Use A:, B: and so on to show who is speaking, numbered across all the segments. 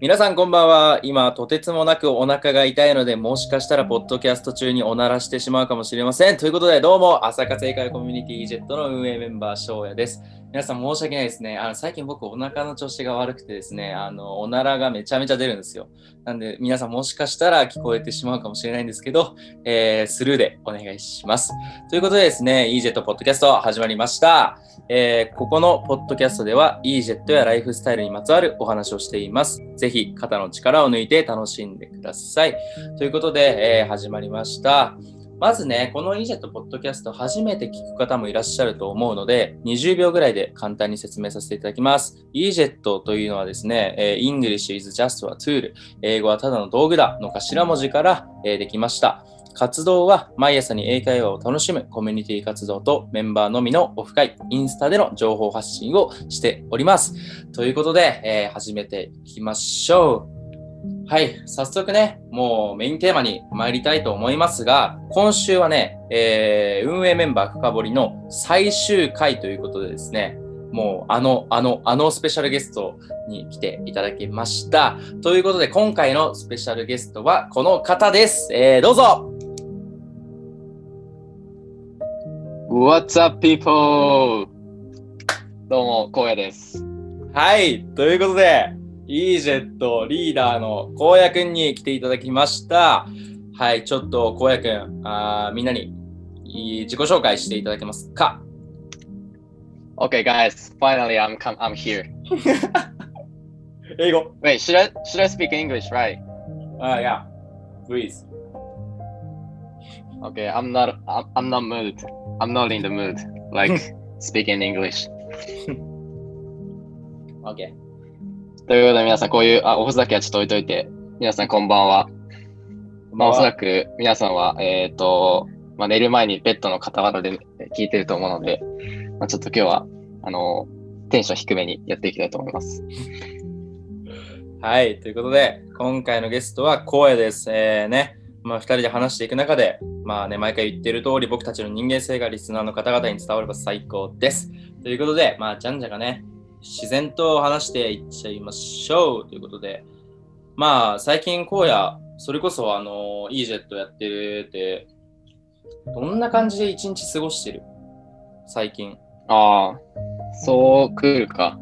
A: 皆さんこんばんは。今、とてつもなくお腹が痛いので、もしかしたらポッドキャスト中におならしてしまうかもしれません。ということで、どうも、朝霞正解コミュニティジェットの運営メンバー、翔也です。皆さん申し訳ないですね。あの最近僕、お腹の調子が悪くてですね、あの、おならがめちゃめちゃ出るんですよ。なんで、皆さんもしかしたら聞こえてしまうかもしれないんですけど、えースルーでお願いします。ということでですね、EJET ポッドキャスト始まりました。えーここのポッドキャストでは EJET やライフスタイルにまつわるお話をしています。ぜひ肩の力を抜いて楽しんでください。ということで、えー始まりました。まずね、この EJET ポッドキャスト初めて聞く方もいらっしゃると思うので、20秒ぐらいで簡単に説明させていただきます。EJET というのはですね、えー English is just a tool 英語はただの道具だの頭文字から、えーできました。活動は毎朝に英会話を楽しむコミュニティ活動とメンバーのみのオフ会、インスタでの情報発信をしております。ということで、えー始めていきましょう。はい、早速ね、もうメインテーマに参りたいと思いますが、今週はね、えー運営メンバー深掘りの最終回ということでですね、もうあの、あの、あのスペシャルゲストに来ていただきました。ということで、今回のスペシャルゲストはこの方です。えーどうぞ
B: What's up, people? どうも、荒野です。
A: はい、ということで、EJET リーダーのこうやくんに来ていただきました。はい、ちょっとこうやくん、あーみんなにいい自己紹介していただけますか
B: Okay, guys, finally I'm come I'm here.
A: 英語
B: Wait, should I should I speak English, right?
A: あいや、please.
B: Okay, I'm not I'm, I'm not mood. I'm not in the mood. Like speaking English.
A: OK。
B: ということで皆さんこういうあおふざけはちょっと置いといて皆さんこんばんは。まあおそらく皆さんはえっ、とまあ寝る前にベッドの傍らで聞いてると思うので、まあちょっと今日はあのテンション低めにやっていきたいと思います。
A: はい、ということで、今回のゲストはこうやです。えーね、まあ、2人で話していく中で、まあね、毎回言ってる通り、僕たちの人間性がリスナーの方々に伝われば最高です。ということで、まあ、じゃんじゃがね、自然と話していっちゃいましょうということで、まあ、最近こうや、それこそ、あの、EJET やってるって、どんな感じで一日過ごしてる最近。
B: ああ、そうくるか。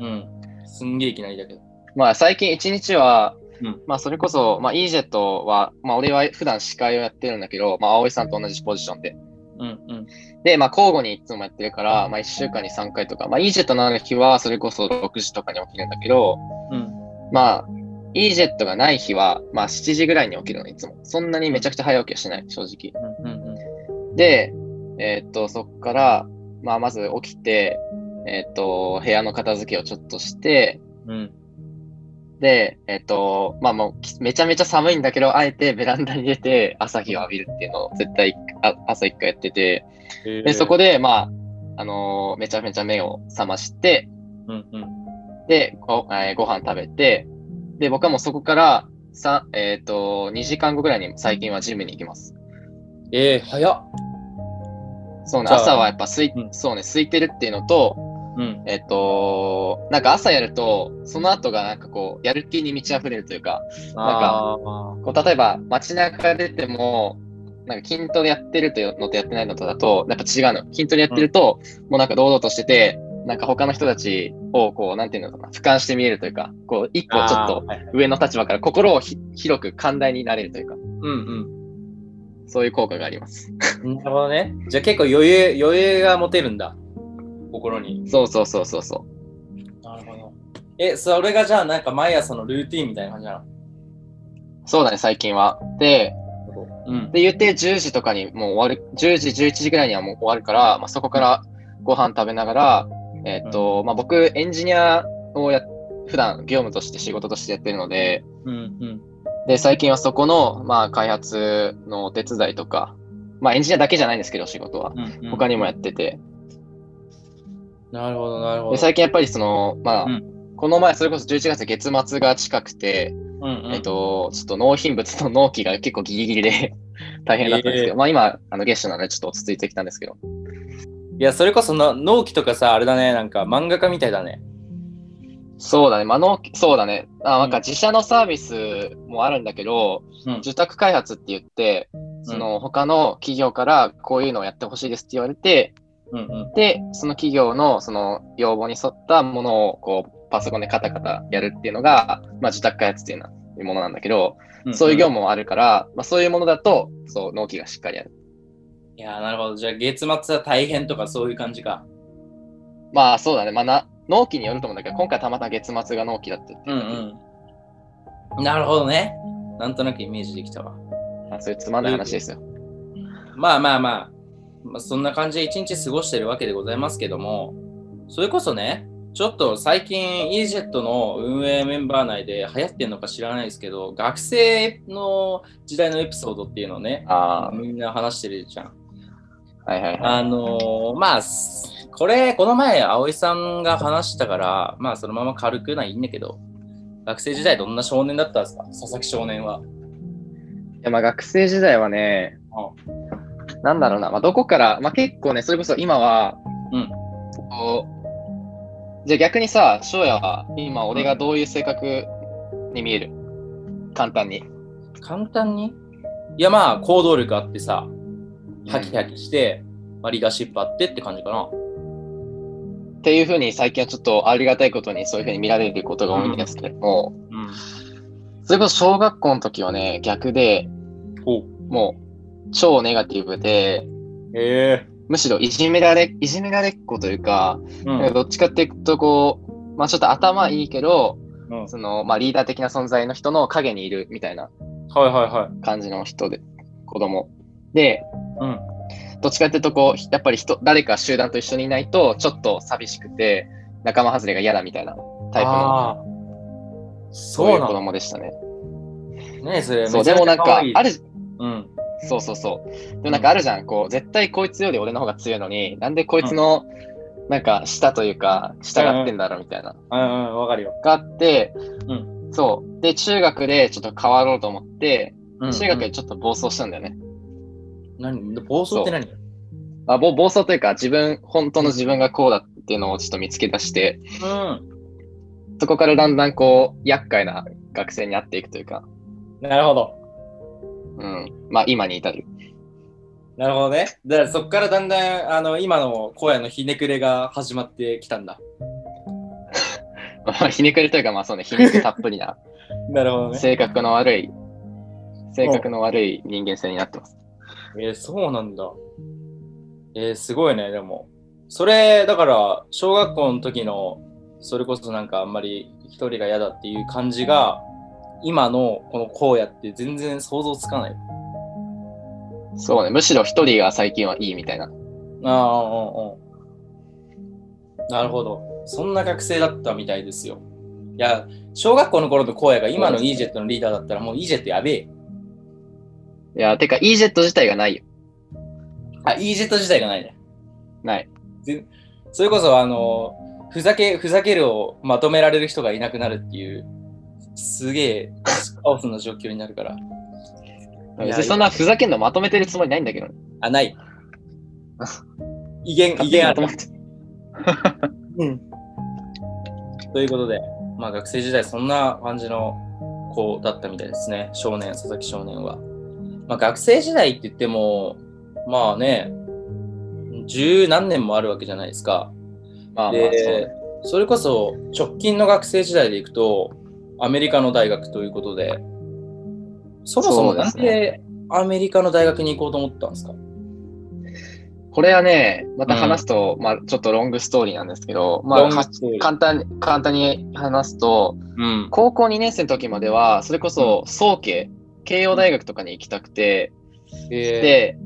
A: うん。すんげえいきなりだけど。
B: まあ最近一日は、
A: うん
B: まあそれこそ、まあ EJET は、まあ俺は普段司会をやってるんだけど、まあ葵さんと同じポジションで。
A: うんうん。
B: で、まあ交互にいつもやってるから、まあ1週間に3回とか、まあ EJET のある日はそれこそ6時とかに起きるんだけど、
A: うん。
B: まあ EJET がない日は、まあ7時ぐらいに起きるの、いつも。そんなにめちゃくちゃ早起きはしない、正直。
A: うんうんうん。
B: で、えーっと、そこから、まあまず起きて、えーっと、部屋の片付けをちょっとして、
A: うん
B: で、えっと、まあもうきめちゃめちゃ寒いんだけど、あえてベランダに出て朝日を浴びるっていうのを絶対あ朝一回やってて、で、そこ
A: で、
B: で、まあ、あのーめちゃめちゃ目を覚まして、
A: うんうん。
B: で、ご,、えーご飯食べて、で、僕はもうそこから、さえっ、と、2時間後ぐらいに最近はジムに行きます。
A: えー、早っ。
B: そうね、
A: じゃあ
B: 朝はやっぱすい、
A: うん
B: そうね、空いてるっていうのと、
A: うん。
B: えっと、なんか朝やると、その後がなんかこう、やる気に満ち溢れるというか、
A: あ
B: こう例えば街中出てもなんか筋トレやってるというのとやってないのとだとやっぱ違うの筋トレやってると、もうなんか堂々としててなんか他の人たちをこうなんていうのかな俯瞰して見えるというかこう一個
A: ー
B: ちょっと
A: はい
B: 上の立場から心をひ広く寛大になれるというか
A: うん
B: そういう効果があります
A: うん。なるほどね。じゃあ結構余裕、余裕が持てるんだ。心に。
B: そうそうそうそうそう
A: なるほど。え、それがじゃあなんか毎朝のルーティンみたいな感じなの
B: そうだね最近はで
A: うん。
B: で言って10時とかにもう終わる10時11時ぐらいにはもう終わるから、まあ、そこからご飯食べながら、えーっとまあ、僕エンジニアをや普段業務として仕事としてやってるので
A: うんうん。
B: で最近はそこの、まあ、開発のお手伝いとか、まあ、エンジニアだけじゃないんですけど仕事は
A: うんうん
B: 他にもやってて
A: なるほど、なるほ
B: で
A: ど。
B: 最近やっぱりその、まあ
A: うん
B: この前それこそ11月月末が近くて、
A: うんうん
B: えーっとちょっと納品物と納期が結構ギリギリで 大変だったんですけど、
A: え
B: まあ、今あの月初なのでちょっと落ち着いてきたんですけど
A: いや、それこそな納期とかさ、あれだね、なんか漫画家みたいだね。
B: そうだね、まあ、農そうだね。あなん
A: う
B: か
A: ん
B: 自社のサービスもあるんだけど、
A: うん
B: 住宅開発って言って、その他の企業からこういうのをやってほしいですって言われて、
A: うんうん。
B: で、その企業のその要望に沿ったものをこうパソコンでカタカタやるっていうのが、まあ、住宅開発っていうのはいうものなんだけど、
A: うん
B: そういう業務もあるから、まあ、そういうものだと、そう、納期がしっかりある。
A: いやー、なるほど。じゃあ、月末は大変とかそういう感じか。
B: まあ、そうだね。まあ、な納期によると思うんだけど、今回たまたま月末が納期だったって
A: う
B: い
A: ん
B: うか
A: うん。なるほどね。なんとなくイメージできたわ。
B: まあそういうつまんない話ですよ。
A: まあまあまあ、まあ、そんな感じで一日過ごしてるわけでございますけども、それこそね、ちょっと最近 EJET の運営メンバー内で流行ってるのか知らないですけど、学生の時代のエピソードっていうのをね、
B: あ
A: みんな話してるじゃん。
B: あ、はいはいはい。
A: あのーまあ、すこれ、この前、葵さんが話したから、まあ、そのまま軽くないいんだけど、学生時代どんな少年だったんですか佐々木少年は。
B: いやまあ学生時代はね、なんだろうな、まあ、どこから、まあ、結構ね、それこそ今は、
A: うん
B: こうじゃあ逆にさ、翔也は今俺がどういう性格に見える簡単に。
A: 簡単にいや、まあ、行動力あってさ、ハキハキして、まあ、リーダーシップあってって感じかな。
B: っていうふうに最近はちょっとありがたいことにそういうふうに見られることが多いんですけども、
A: う
B: それこそ小学校の時はね、逆で
A: ん。ほ
B: もう超ネガティブで、
A: う。へえ。
B: むしろいじめられ、いじめられっ子というか、
A: うん。
B: なんかどっちかっていうとこう、まあちょっと頭いいけど、
A: うん
B: その、まあリーダー的な存在の人の影にいるみたいな
A: はいはいはい。
B: 感じの人で、子供。で、
A: うん。
B: どっちかっていうとこう、やっぱり人、誰か集団と一緒にいないと、ちょっと寂しくて、仲間外れが嫌だみたいなタイプの、
A: ああ。
B: そう
A: そ
B: いうう
A: な
B: 子
A: の
B: 供でしたね。
A: ねえそれ。
B: そう、
A: めち
B: で
A: ゃめ
B: も
A: ち
B: な
A: ゃ
B: んか、
A: 愛い
B: ある、
A: うん。
B: そうそうそう。でもなんかあるじゃん、こう、絶対こいつより俺の方が強いのに、なんでこいつの、なんか、下というか、従ってんだろうみたいな。
A: うんうん、わかるよ。
B: があって、
A: う
B: そう。で、中学でちょっと変わろうと思って、
A: うん
B: 中学でちょっと暴走したんだよね。
A: 何暴走って何う
B: あ暴暴走というか、自分、本当の自分がこうだっていうのをちょっと見つけ出して、
A: ん。
B: そこからだんだんこう、厄介な学生になっていくというか、
A: なるほど。
B: うん。まあ、今に至る。
A: なるほどね。だからそこからだんだん、あの、今の荒野のひねくれが始まってきたんだ。
B: まあ、ひねくれというか、まあそう ね、ひねくれたっぷりな、
A: なるほどね。
B: 性格の悪い、性格の悪い人間性になってます。
A: えーそうなんだ。えーすごいね、でも。それ、だから、小学校の時の、それこそなんかあんまり一人が嫌だっていう感じが、今のこの荒野って全然想像つかない。
B: そうね、むしろ一人が最近はいいみたいな。
A: ああ、うんうん。なるほど。そんな学生だったみたいですよ。いや、小学校の頃の荒野が今の
B: そうで
A: EJET のリーダーだったら、もう EJET やべえ。
B: いや、てか EJET 自体がないよ。
A: あ、EJET 自体がないね。
B: ない。
A: ぜそれこそあのふざけふざけるをまとめられる人がいなくなるっていうすげえカオスの状況になるからいや
B: 別にそんなふざけんのまとめてるつもりないんだけどね
A: あない威厳威厳ある、うん、ということで、まあ、学生時代そんな感じの子だったみたいですね少年佐々木少年は、まあ、学生時代って言ってもまあね十何年もあるわけじゃないですか
B: まあまあ、そう
A: で
B: ね。
A: それこそ直近の学生時代でいくとアメリカの大学ということでそもそもなん
B: そうで
A: で
B: す
A: アメリカの大学に行こうと思ったんですか
B: これはね、また話すと、まあ、ちょっとロングストーリーなんですけど、まあ、か簡単に、簡単に話すと、
A: うん
B: 高校2年生の時までは、それこそ、早慶、慶応大学とかに行きたくて、
A: で、
B: で、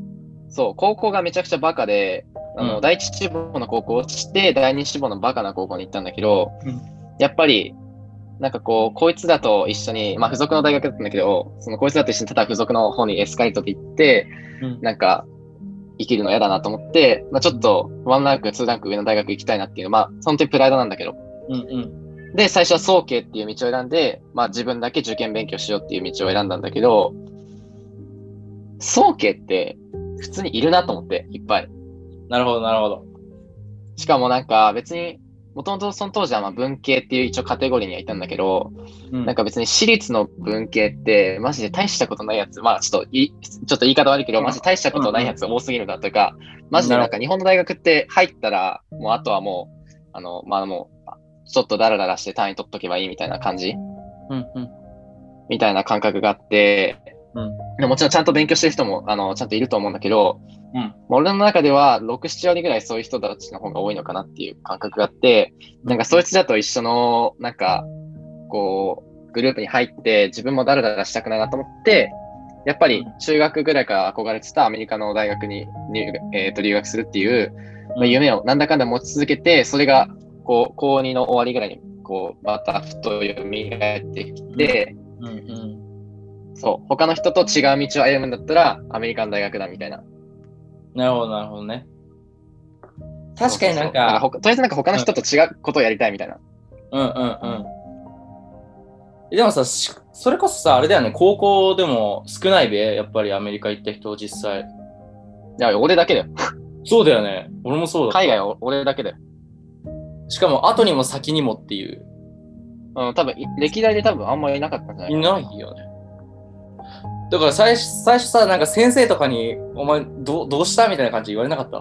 B: そう、高校がめちゃくちゃバカで、あの、
A: うん
B: 第一志望の高校落ちて、第二志望のバカな高校に行ったんだけど、
A: うん
B: やっぱり、なんかこう、こいつらと一緒に、まあ、付属の大学だったんだけど、その、こいつらと一緒にただ付属の方にエスカレートで行って、
A: うん
B: なんか、生きるの嫌だなと思って、まあ、ちょっと、ワンランク、ツーランク上の大学行きたいなっていう、まあ、その点プライドなんだけど。
A: うんうん
B: で、最初は早慶っていう道を選んで、まあ、自分だけ受験勉強しようっていう道を選んだんだけど、早慶って、普通にいるなと思って、いっぱい。
A: なるほどなるほど
B: しかもなんか、別に、もともとその当時はまあ文系っていう一応カテゴリーにはいたんだけど、
A: うん
B: なんか別に私立の文系って、マジで大したことないやつ、まあちょっとい、ちょっと言い方悪いけど、マジで大したことないやつ多すぎるなというか、マジでなんか日本の大学って入ったら、もうあとはもう、あの、まあもう、ちょっとダラダラして単位取っとけばいいみたいな感じ
A: うんうん
B: みたいな感覚があって、
A: うん
B: でもちろんちゃんと勉強してる人もあのちゃんといると思うんだけど、
A: うん
B: まあ俺の中では6、7割ぐらいそういう人たちの方が多いのかなっていう感覚があって、なんかそいつらと一緒の、なんか、こう、グループに入って自分もダラダラしたくないなと思って、やっぱり中学ぐらいから憧れてたアメリカの大学に入学、えーと留学するっていう、まあ、夢をなんだかんだ持ち続けて、それが、こう、高2の終わりぐらいに、こう、またふと蘇ってきて、
A: うんうん
B: そう、他の人と違う道を歩むんだったら、アメリカの大学だみたいな。
A: なるほど、なるほどね。確かになん
B: そ
A: か、
B: うそうそうなんかほとりあえずなんか他の人と違うことをやりたいみたいな。
A: うんうんうん。えでもさ、しそれこそさ、あれだよね、高校でも少ないべ、やっぱりアメリカ行った人、実際。
B: いや、俺だけだよ。
A: そうだよね、俺もそうだ。
B: 海外は俺だけだよ。
A: しかも、後にも先にもっていう。
B: うん、多分、い歴代で多分あんまりいなかったんじゃない
A: いないよね。だから最初最初さ、なんか先生とかに、お前どう、どうしたみたいな感じ言われなかった
B: い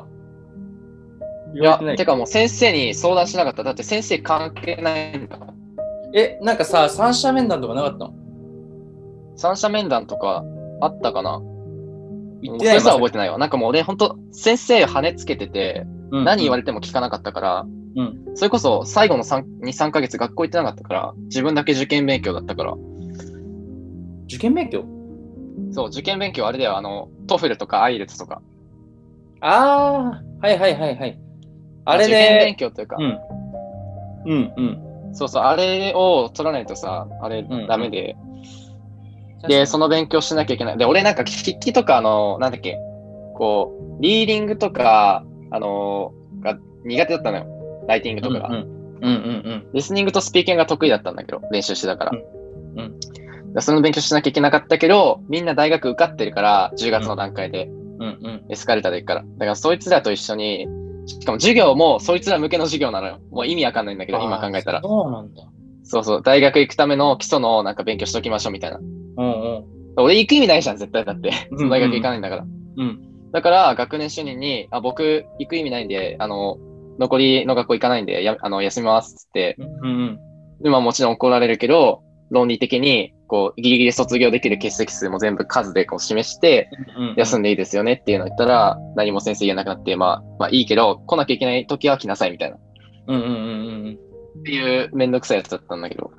A: 言わ
B: や
A: れてない、
B: てかもう先生に相談しなかった。だって先生関係ないんだから。
A: え、なんかさ、三者面談とかなかったの
B: 三者面談とかあったかな
A: 言
B: も
A: っ
B: う
A: て
B: そ
A: ない
B: れすら
A: まさ
B: 覚えてないわ。なんかもう俺、ほんと、先生跳ねつけてて、
A: にうん
B: 何言われても聞かなかったから、
A: うん
B: それこそ最後の3 2、3ヶ月学校行ってなかったから、自分だけ受験勉強だったから、
A: 受験勉強
B: そう、受験勉強あれだよ、あの、トフルとかアイルツとか。
A: ああ、はいはいはいはい。あれ
B: 受験勉
A: で、
B: 強というか、
A: うん。うんうん。
B: そうそう、あれを取らないとさ、あれ
A: ん
B: ダメで、
A: 確
B: で、
A: か
B: その勉強しなきゃいけない。で、俺なんか筆記とか、あの、なんだっけ、こう、リーディングとか、あの、が苦手だったのよ。ライティングと
A: に
B: かが。
A: うんうんうん
B: リスニングとスピーキングが得意だったんだけど、練習してたから。
A: うんう
B: でその勉強しなきゃいけなかったけど、みんな大学受かってるから、10月の段階で、
A: うんうんうん。
B: エスカレーターで行くから。だから、そいつらと一緒に、しかも授業もそいつら向けの授業なのよ。もう意味わかんないんだけど、今考えた
A: あ
B: ら
A: ー。そうなんだ。
B: そうそう、大学行くための基礎のなんか勉強しときましょうみたいな。
A: うんうん。
B: 俺行く意味ないじゃん、絶対だって。
A: うん
B: その大学行かないんだから。
A: うん。
B: だから、学年主任に、あ、僕行く意味ないんで、あの、残りの学校行かないんで、やあの休みますっつって。
A: うんうん。
B: で、まあもちろん怒られるけど、論理的に、こう、ギリギリ卒業できる欠席数も全部数でこう示して、
A: うんうん。
B: 休ん
A: で。
B: でいいですよねっていうのを言ったら、何も先生言えなくなって、まあ、まあいいけど、来なきゃいけない時は来なさいみたいな。っ
A: うんうんうんうんうん。
B: ていうめんどくさいやつだったんだけど。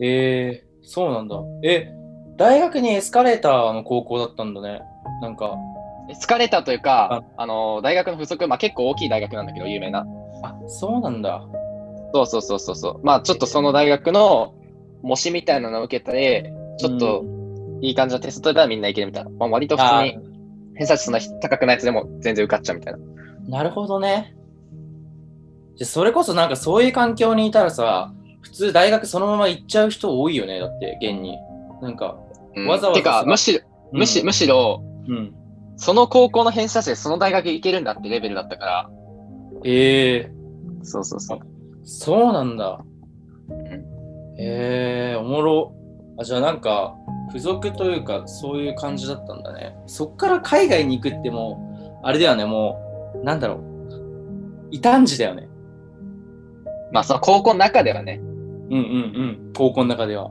A: えー、そうなんだ。え、大学にエスカレーターの高校だったんだね。なんか、
B: エスカレーターというか、あの、大学の付属、まあ結構大きい大学なんだけど、有名な。
A: あ、そうなんだ。
B: そうそうそうそうそう。まあちょっとその大学の模試みたいなのを受けたり、ちょっといい感じのテスト取れたらみんな行けるみたいな。まあ、割と普通
A: あ
B: に偏差値そんな高くないやつでも全然受かっちゃうみたいな。
A: ーなるほどね。じゃそれこそなんかそういう環境にいたらさ、普通大学そのまま行っちゃう人多いよね、だって、現に。なんか、
B: うん
A: わざわざ
B: てか、むしろ、むし,、むしろ、
A: うん。
B: その高校の偏差値でその大学行けるんだってレベルだったから。
A: ええ
B: そうそうそう。
A: そうなんだ。
B: ん
A: ええおもろ。あ、じゃあなんか、付属というか、そういう感じだったんだね。そっから海外に行くってもう、あれだよね、もう、なんだろう。異端児だよね。
B: まあその高校の中ではね。
A: うんうんうん。高校の中では。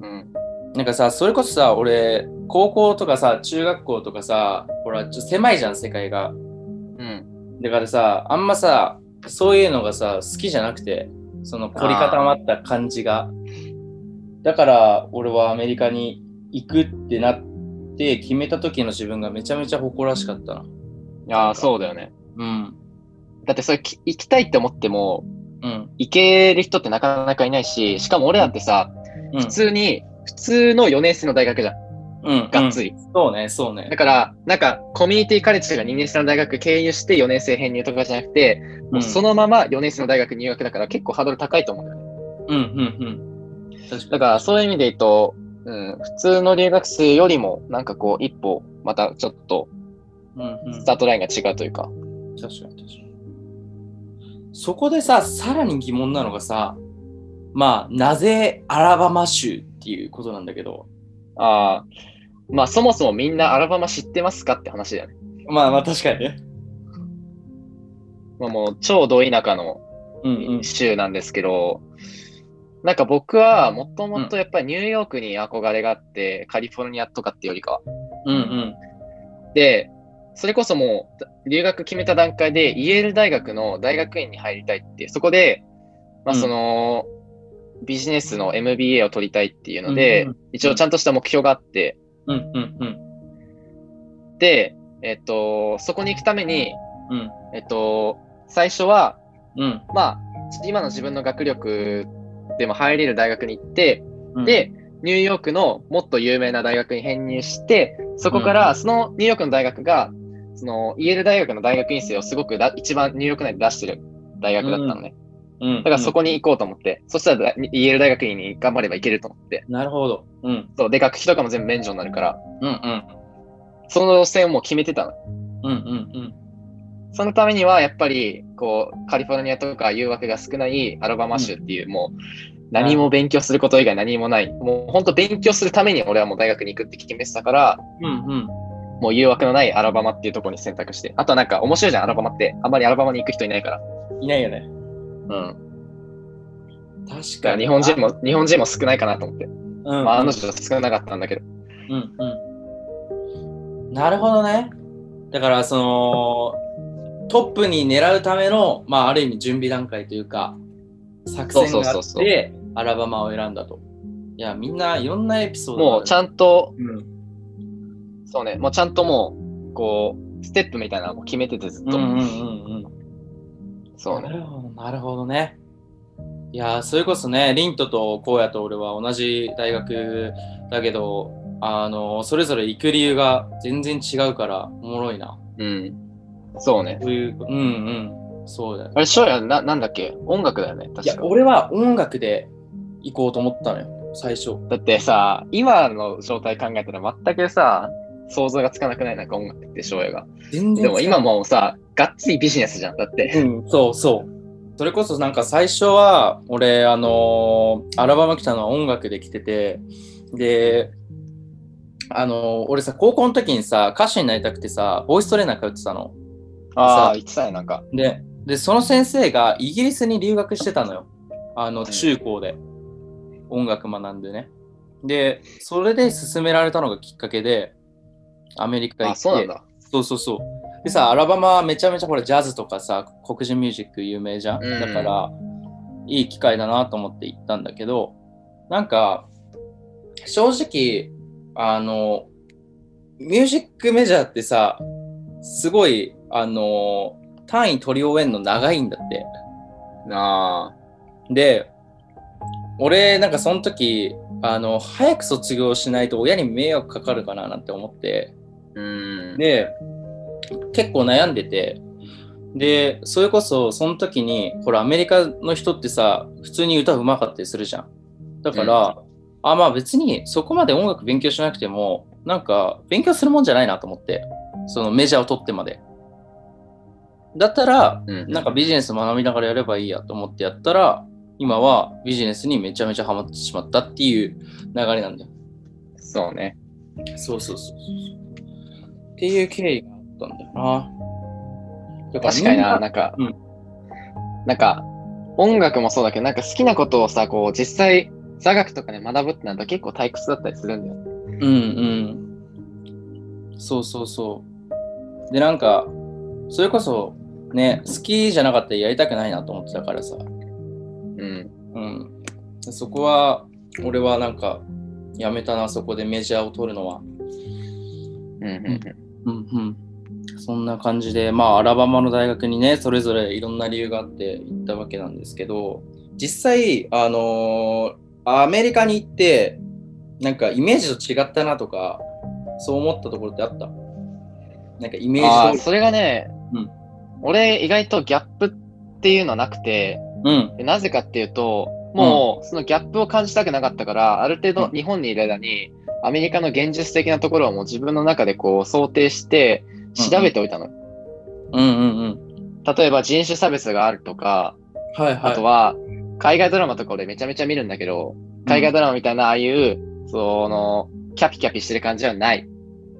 B: うん。
A: なんかさ、それこそさ、俺、高校とかさ、中学校とかさ、ほら、ちょっと狭いじゃん、世界が。
B: うん。
A: だからさ、あんまさ、そういうのがさ、好きじゃなくて、その凝り固まった感じが。だから、俺はアメリカに行くってなって、決めた時の自分がめちゃめちゃ誇らしかったな。
B: いやー、そうだよね。
A: うん。
B: だってそれき行きたいって思っても、
A: うん。
B: 行ける人ってなかなかいないし、しかも俺らってさ、
A: うん
B: 普。通に、普通の4年生の大学じゃん。
A: うん。
B: がっつ
A: り。
B: り。
A: そうね、そう
B: だ
A: ね。
B: から、なんか、コミュニティカレッジが2年生の大学経由して4年生編入とかじゃなくて、もうそ
A: の、
B: のまま4年生の大学入学だから結構ハードル高いと思うんだよね。
A: うん、うん、うん。確か
B: だ
A: に。
B: から、そういう意味で言うと、うん、普通の留学生よりも、なんかこう、一歩、またちょっと、
A: うん、うん。
B: スタートラインが違うというか。
A: 確かに確かに。そこでさ、さらに疑問なのがさ、まあ、なぜアラバマ州っていうことなんだけど、
B: ああ、まあそもそもみんなアラバマ知ってますかって話だよね。
A: まあまあ確かにね。
B: まあもう超ど田舎の
A: うん
B: 州なんですけど、なんか僕はもともとやっぱりニューヨークに憧れがあって、カリフォルニアとかってよりかは。
A: うん。うん
B: で、それこそもう留学決めた段階でイェール大学の大学院に入りたいって、そこで、まあ
A: うん
B: その、ビジネスの MBA を取りたいっていう
A: うん。
B: ので、
A: うん
B: 一応ちゃんとした目標があって、
A: うんうん
B: で、えっと、そこに行くために、
A: うん。
B: えっと、最初は、
A: うん
B: まあ、今の自分の学力でも入れる大学に行って、
A: うん。、
B: で、ニューヨークのもっと有名な大学に編入して、そこから、そのニューヨークの大学が、その、イェール大学の大学院生をすごくだ一番ニューヨーク内で出してる大学だったのね。
A: うん、
B: だからそ
A: こ。
B: こに行こうと思って、そしたらだイェール大学院に頑張れば行けると思って、
A: なるほど。うん。
B: そう、で、学費とかも全部免除になるから、
A: うん
B: その路線をもう決めてたの。
A: うん。うんうん
B: そのためには、やっぱり、こう、カリフォルニアとか誘惑が少ないアラバマ州っていう、もう、何も勉強すること以外何もない。もう、本当勉強するために俺はもう大学に行くって決めてたから、
A: うん。うんうん。
B: もう誘惑のないアラバマっていうところに選択して。あとなんか、面白いじゃん、アラバマって。あんまりアラバマに行く人いないから。
A: いないよね。
B: うん。
A: 確
B: だか
A: からに。
B: 日本人も、日本人も少ないかなと思って。
A: うんうん、
B: まあ、あの人少なかったんだけど。
A: うんうん。なるほどね。だから、その、トップに狙うための、まあ、ある意味準備段階というか、作戦
B: そう
A: があ
B: そう
A: っ
B: そうそう
A: て、アラバマを選んだと。いや、みんないろんなエピソードがあ
B: も
A: る
B: う、ちゃんと、
A: うん
B: そうね、もうちゃんともう、こう、ステップみたいなのも決めててずっ
A: う
B: と。
A: んうんうんう。
B: そうん
A: な
B: ね。
A: るほど、なるほどね。いやー、それこそね、リントとコウヤと俺は同じ大学だけど、あの、それぞれ行く理由が全然違うから、おもろいな。
B: うん。そうね。
A: そういう、うんうん、そうだよね
B: あれ、翔也、な、なんだっけ音楽だよね、
A: いや
B: 確、か。
A: 俺は音楽で行こうと思ったのよ、最初。
B: だってさ、今の状態考えたら全くさ、想像がつかなくないなんか音楽って翔也が。
A: 全然。
B: でも今、もうさ、がっつりビジネスじゃん。だって。
A: うん、そうそう。それこそなんか最初は、俺、あのーアラバマ来たのは音楽で来てて、で、あのー俺さ、高校の時にさ、歌手になりたくてさ、ボイストレーナー通ってたの。
B: あ
A: さ
B: あ、言ってたね、なんか。
A: で、でその先生がイギリスに留学してたのよ。あの、中高で。音楽学んでね。で、それで勧められたのがきっかけで、アメリカ行
B: あ
A: って。
B: そうなんだ。
A: そうそうそう。でさ、アラバマめちゃめちゃほらジャズとかさ、黒人ミュージック有名じゃん。
B: うん
A: だから、いい機会だなと思って行ったんだけど、なんか、正直、あの、ミュージックメジャーってさ、すごい、あの、単位取り終えんの長いんだって。
B: あ
A: で、俺、なんかその時、あの、早く卒業しないと親に迷惑かかるかななんて思って、
B: あ、うーん。
A: で結構悩んでてでそれこそその時にほらアメリカの人ってさ普通に歌うまかったりするじゃんだから、あまあ別にそこまで音楽勉強しなくてもなんか勉強するもんじゃないなと思ってそのメジャーを取ってまでだったら
B: うん、
A: なんかビジネス学びながらやればいいやと思ってやったら今はビジネスにめちゃめちゃハマってしまったっていう流れなんだよ
B: そうね。
A: そうそうそうそう。っていう経緯があったんだよな。だら
B: 確かにな、。なんか、
A: うん
B: なんか、音楽もそうだけど、なんか好きなことをさ、こう、実際、座学とかで学ぶってなると結構退屈だったりするんだよ。
A: うんうん。そうそうそう。で、なんか、それこそ、ね、好きじゃなかったらやりたくないなと思ってたからさ。
B: うん。
A: うん。そこは、俺はなんか、やめたな、そこでメジャーを取るのは。
B: うん、うん、
A: うんうん、そんな感じで、まあ、アラバマの大学にね、それぞれいろんな理由があって行ったわけなんですけど、実際、あのーアメリカに行って、なんかイメージと違ったなとか、そう思ったところってあったなんかイ
B: う
A: メ
B: ん。
A: ー
B: ああ、
A: ジ通
B: それがね、
A: うん
B: 俺、意外とギャップっていうのはなくて、
A: り。うん。
B: でなぜかっていうと、もうそのギャップを感じたくなかったから、ある程
A: う
B: 度
A: ん
B: 日本にいる間に、アメリカの現実的なところをもう自分の中でこう想定して、調べておいたの。
A: うんうんうん。
B: 例えば人種差別があるとか、
A: はいはい。
B: あとは、海外ドラマとか俺めちゃめちゃ見るんだけど、海外ドラマみたいな、ああいう、その、キャピキャピしてる感じはない。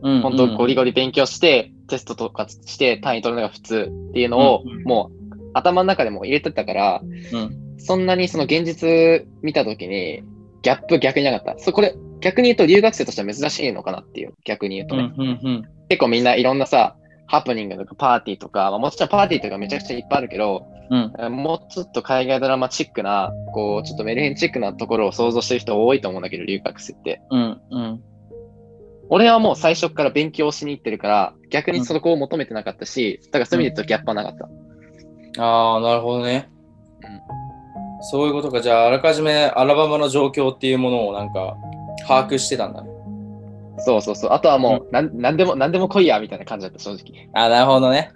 A: うん、うん
B: 本当ゴリゴリ勉強して、テストとかして単位取るのが普通っていうのを
A: うんうん、
B: もう、頭の中でもう入れてたから、
A: うん
B: そんなにその現実見たときに、ギャップ逆になかった。そう、これ、逆に言うと留学生としては珍しいのかなっていう、逆に言うと
A: うん
B: ね。
A: うんうん
B: 結構みんないろんなさ、ハプニングとかパーティーとか、まあ、もちろんパーティーとかめちゃくちゃいっぱいあるけど、
A: うん
B: えーもうちょっと海外ドラマチックな、こう、ちょっとメルヘンチックなところを想像してる人多いと思うんだけど、留学生って。
A: うんうん
B: 俺はもう最初から勉強しに行ってるから、逆にそこを求めてなかったし、だからそういう意味で言うとギャップはなかった。
A: ああ、なるほどね
B: う。
A: そういうことか。じゃあ、あらかじめアラバマの状況っていうものをなんか把握してたんだね。
B: そうそうそう。あとはもう、なん、なんでも、なんでも来いや、みたいな感じだった、正直。
A: あなるほどね。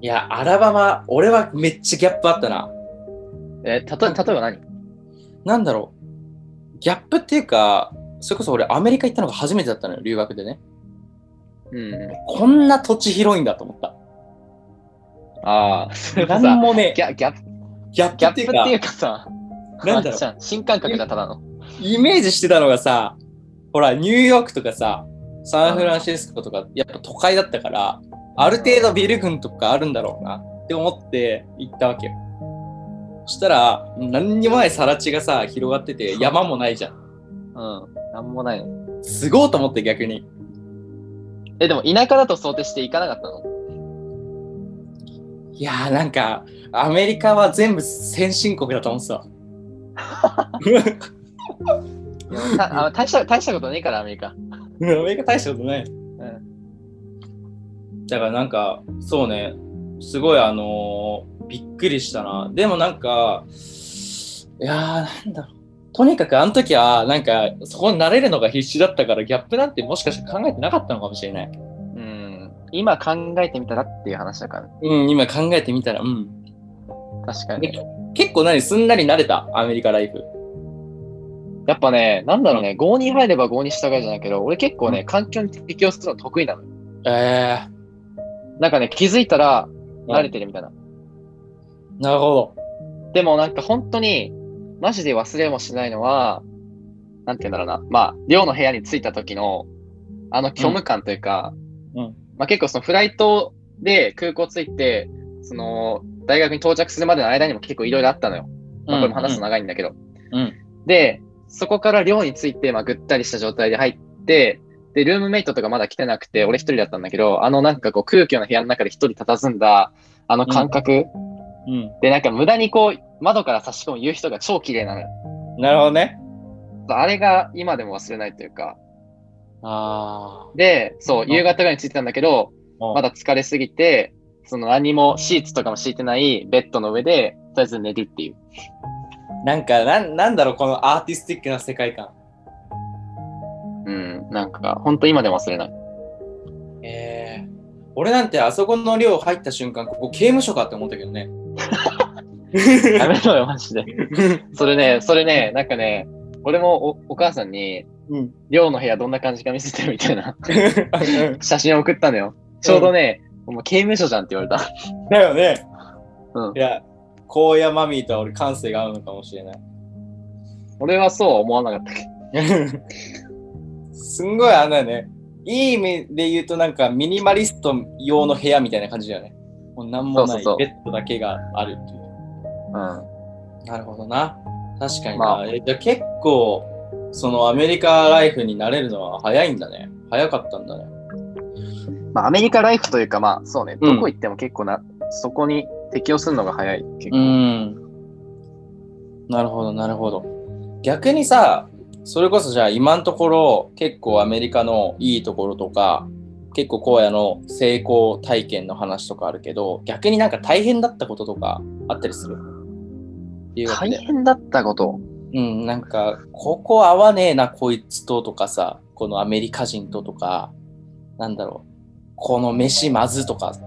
A: いや、アラバマ、俺はめっちゃギャップあったな。
B: えーたと、例えば何
A: なんだろう。ギャップっていうか、それこそ俺アメリカ行ったのが初めてだったのよ、留学でね。
B: うん。
A: こんな土地広いんだと思った。
B: ああ、それ は
A: なん
B: さ、
A: もね
B: ギ、ャギャップ
A: ギャッ
B: ギ
A: プ
B: ャッ
A: ってい
B: プ
A: うか
B: っていうかさ、
A: なんだろう
B: あじゃあ新感覚だ、ただの。
A: イメージしてたのがさ、ほら、ニューヨークとかさ、サンフランシスコとか、やっぱ都会だったから、ある程度ビル群とかあるんだろうなって思って行ったわけよ。そしたら、何にもない更地がさ、広がってて、山もないじゃん。
B: うん。なんもないの。
A: すごいと思って逆に。
B: え、でも田舎だと想定して行かなかった の
A: いやーなんか、アメリカは全部先進国だと思ってたわ。
B: たあ大した大したことねえから、アメリカ。
A: アメリカ大したことない。だからなんか、そうね、すごいあのーびっくりしたな。でもなんか、いやーなんだろう。とにかくあの時は、なんか、そこに慣れるのが必死だったから、ギャップなんてもしかして考えてなかったのかもしれない。
B: うん。今考えてみたらっていう話だから、ね、
A: うん、今考えてみたら、うん。
B: 確か
A: に
B: に。
A: 結構何、すんなり慣れた、アメリカライフ。
B: やっぱね、なんだろうね、5に入れば5に従いじゃないけど、俺結構ね、環境に適応するの得意なのよ。
A: え
B: なんかね、気づいたら
A: ー、
B: 慣れてるみたいな。
A: なるほ
B: でもなんか本当に、マジで忘れもしないのは、なんて言うんだろうな、まあ、寮の部屋に着いた時の、あの虚無感というか、
A: うんうん
B: まあ結構そのフライトで空港着いて、その、大学に到着するまでの間にも結構いろいろあったのよ。
A: ど。
B: まあこれも話すの
A: な。
B: 長いんだけど。
A: うん
B: で、そこから寮に着いて、まあ、ぐったりした状態で入って、で、ルームメイトとかまだ来てなくて、俺一人だったんだけど、あのなんかこう空虚な部屋の中で一人佇んだ、あの感覚、
A: うん。
B: で、なんか無駄にこう、窓から差し込む夕日とか超綺麗なのよ。
A: なるほどね。
B: あれが今でも忘れないというか。
A: あ
B: で、そうう、
A: ん
B: 夕方ぐらいに着いたんだけど、
A: あ。
B: まだ疲れすぎて、その何もシーツとかも敷いてないベッドの上で、とりあえず寝るっていう。
A: なんかなん、なんだろう、このアーティスティックな世界観。
B: うん、なんか、ほんと今でも忘れない。
A: ええ俺なんてあそこの寮入った瞬間、ここ刑務所かって思ったけどね。
B: やめろよ、マジで。それね、それね、なんかね、俺もおお母さんに、
A: うん。
B: 寮の部屋どんな感じか見せてるみたい な写真を送ったのよ。ちょうどね、もう刑務所じゃんって言われた。
A: だよね。
B: うん
A: いや、荒野マミーとは俺感性が合うのかもしれ ない。
B: 俺はそうは思わなかったけど。
A: すんごいあんだよね。いい意味で言うとなんかミニマリスト用の部屋みたいな感じだよね。もうなんもない
B: そうそうそう
A: ベッドだけがあるっていう。
B: うん。
A: なるほどな。確かにな。
B: まあ
A: えじゃあ結構、そのアメリカライフに慣れるのは早いんだね。早かったんだね。
B: まあ、アメリカライフというか、まあ、そうね、
A: うん
B: どこ行っても結構な、そこに適応するのが早い。結
A: う
B: 構。
A: ん。なるほど、なるほど。逆にさ、それこそじゃあ今のところ結構アメリカのいいところとか、結構荒野の成功体験の話とかあるけど、逆になんか大変だったこととかあったりするっていうわけ
B: 大
A: で。
B: 変だったこと。
A: うん、なんか、ここ合わねえな、こいつととかさ、このアメリカ人ととか、なんだろう、この飯まずとか、
B: あ
A: そう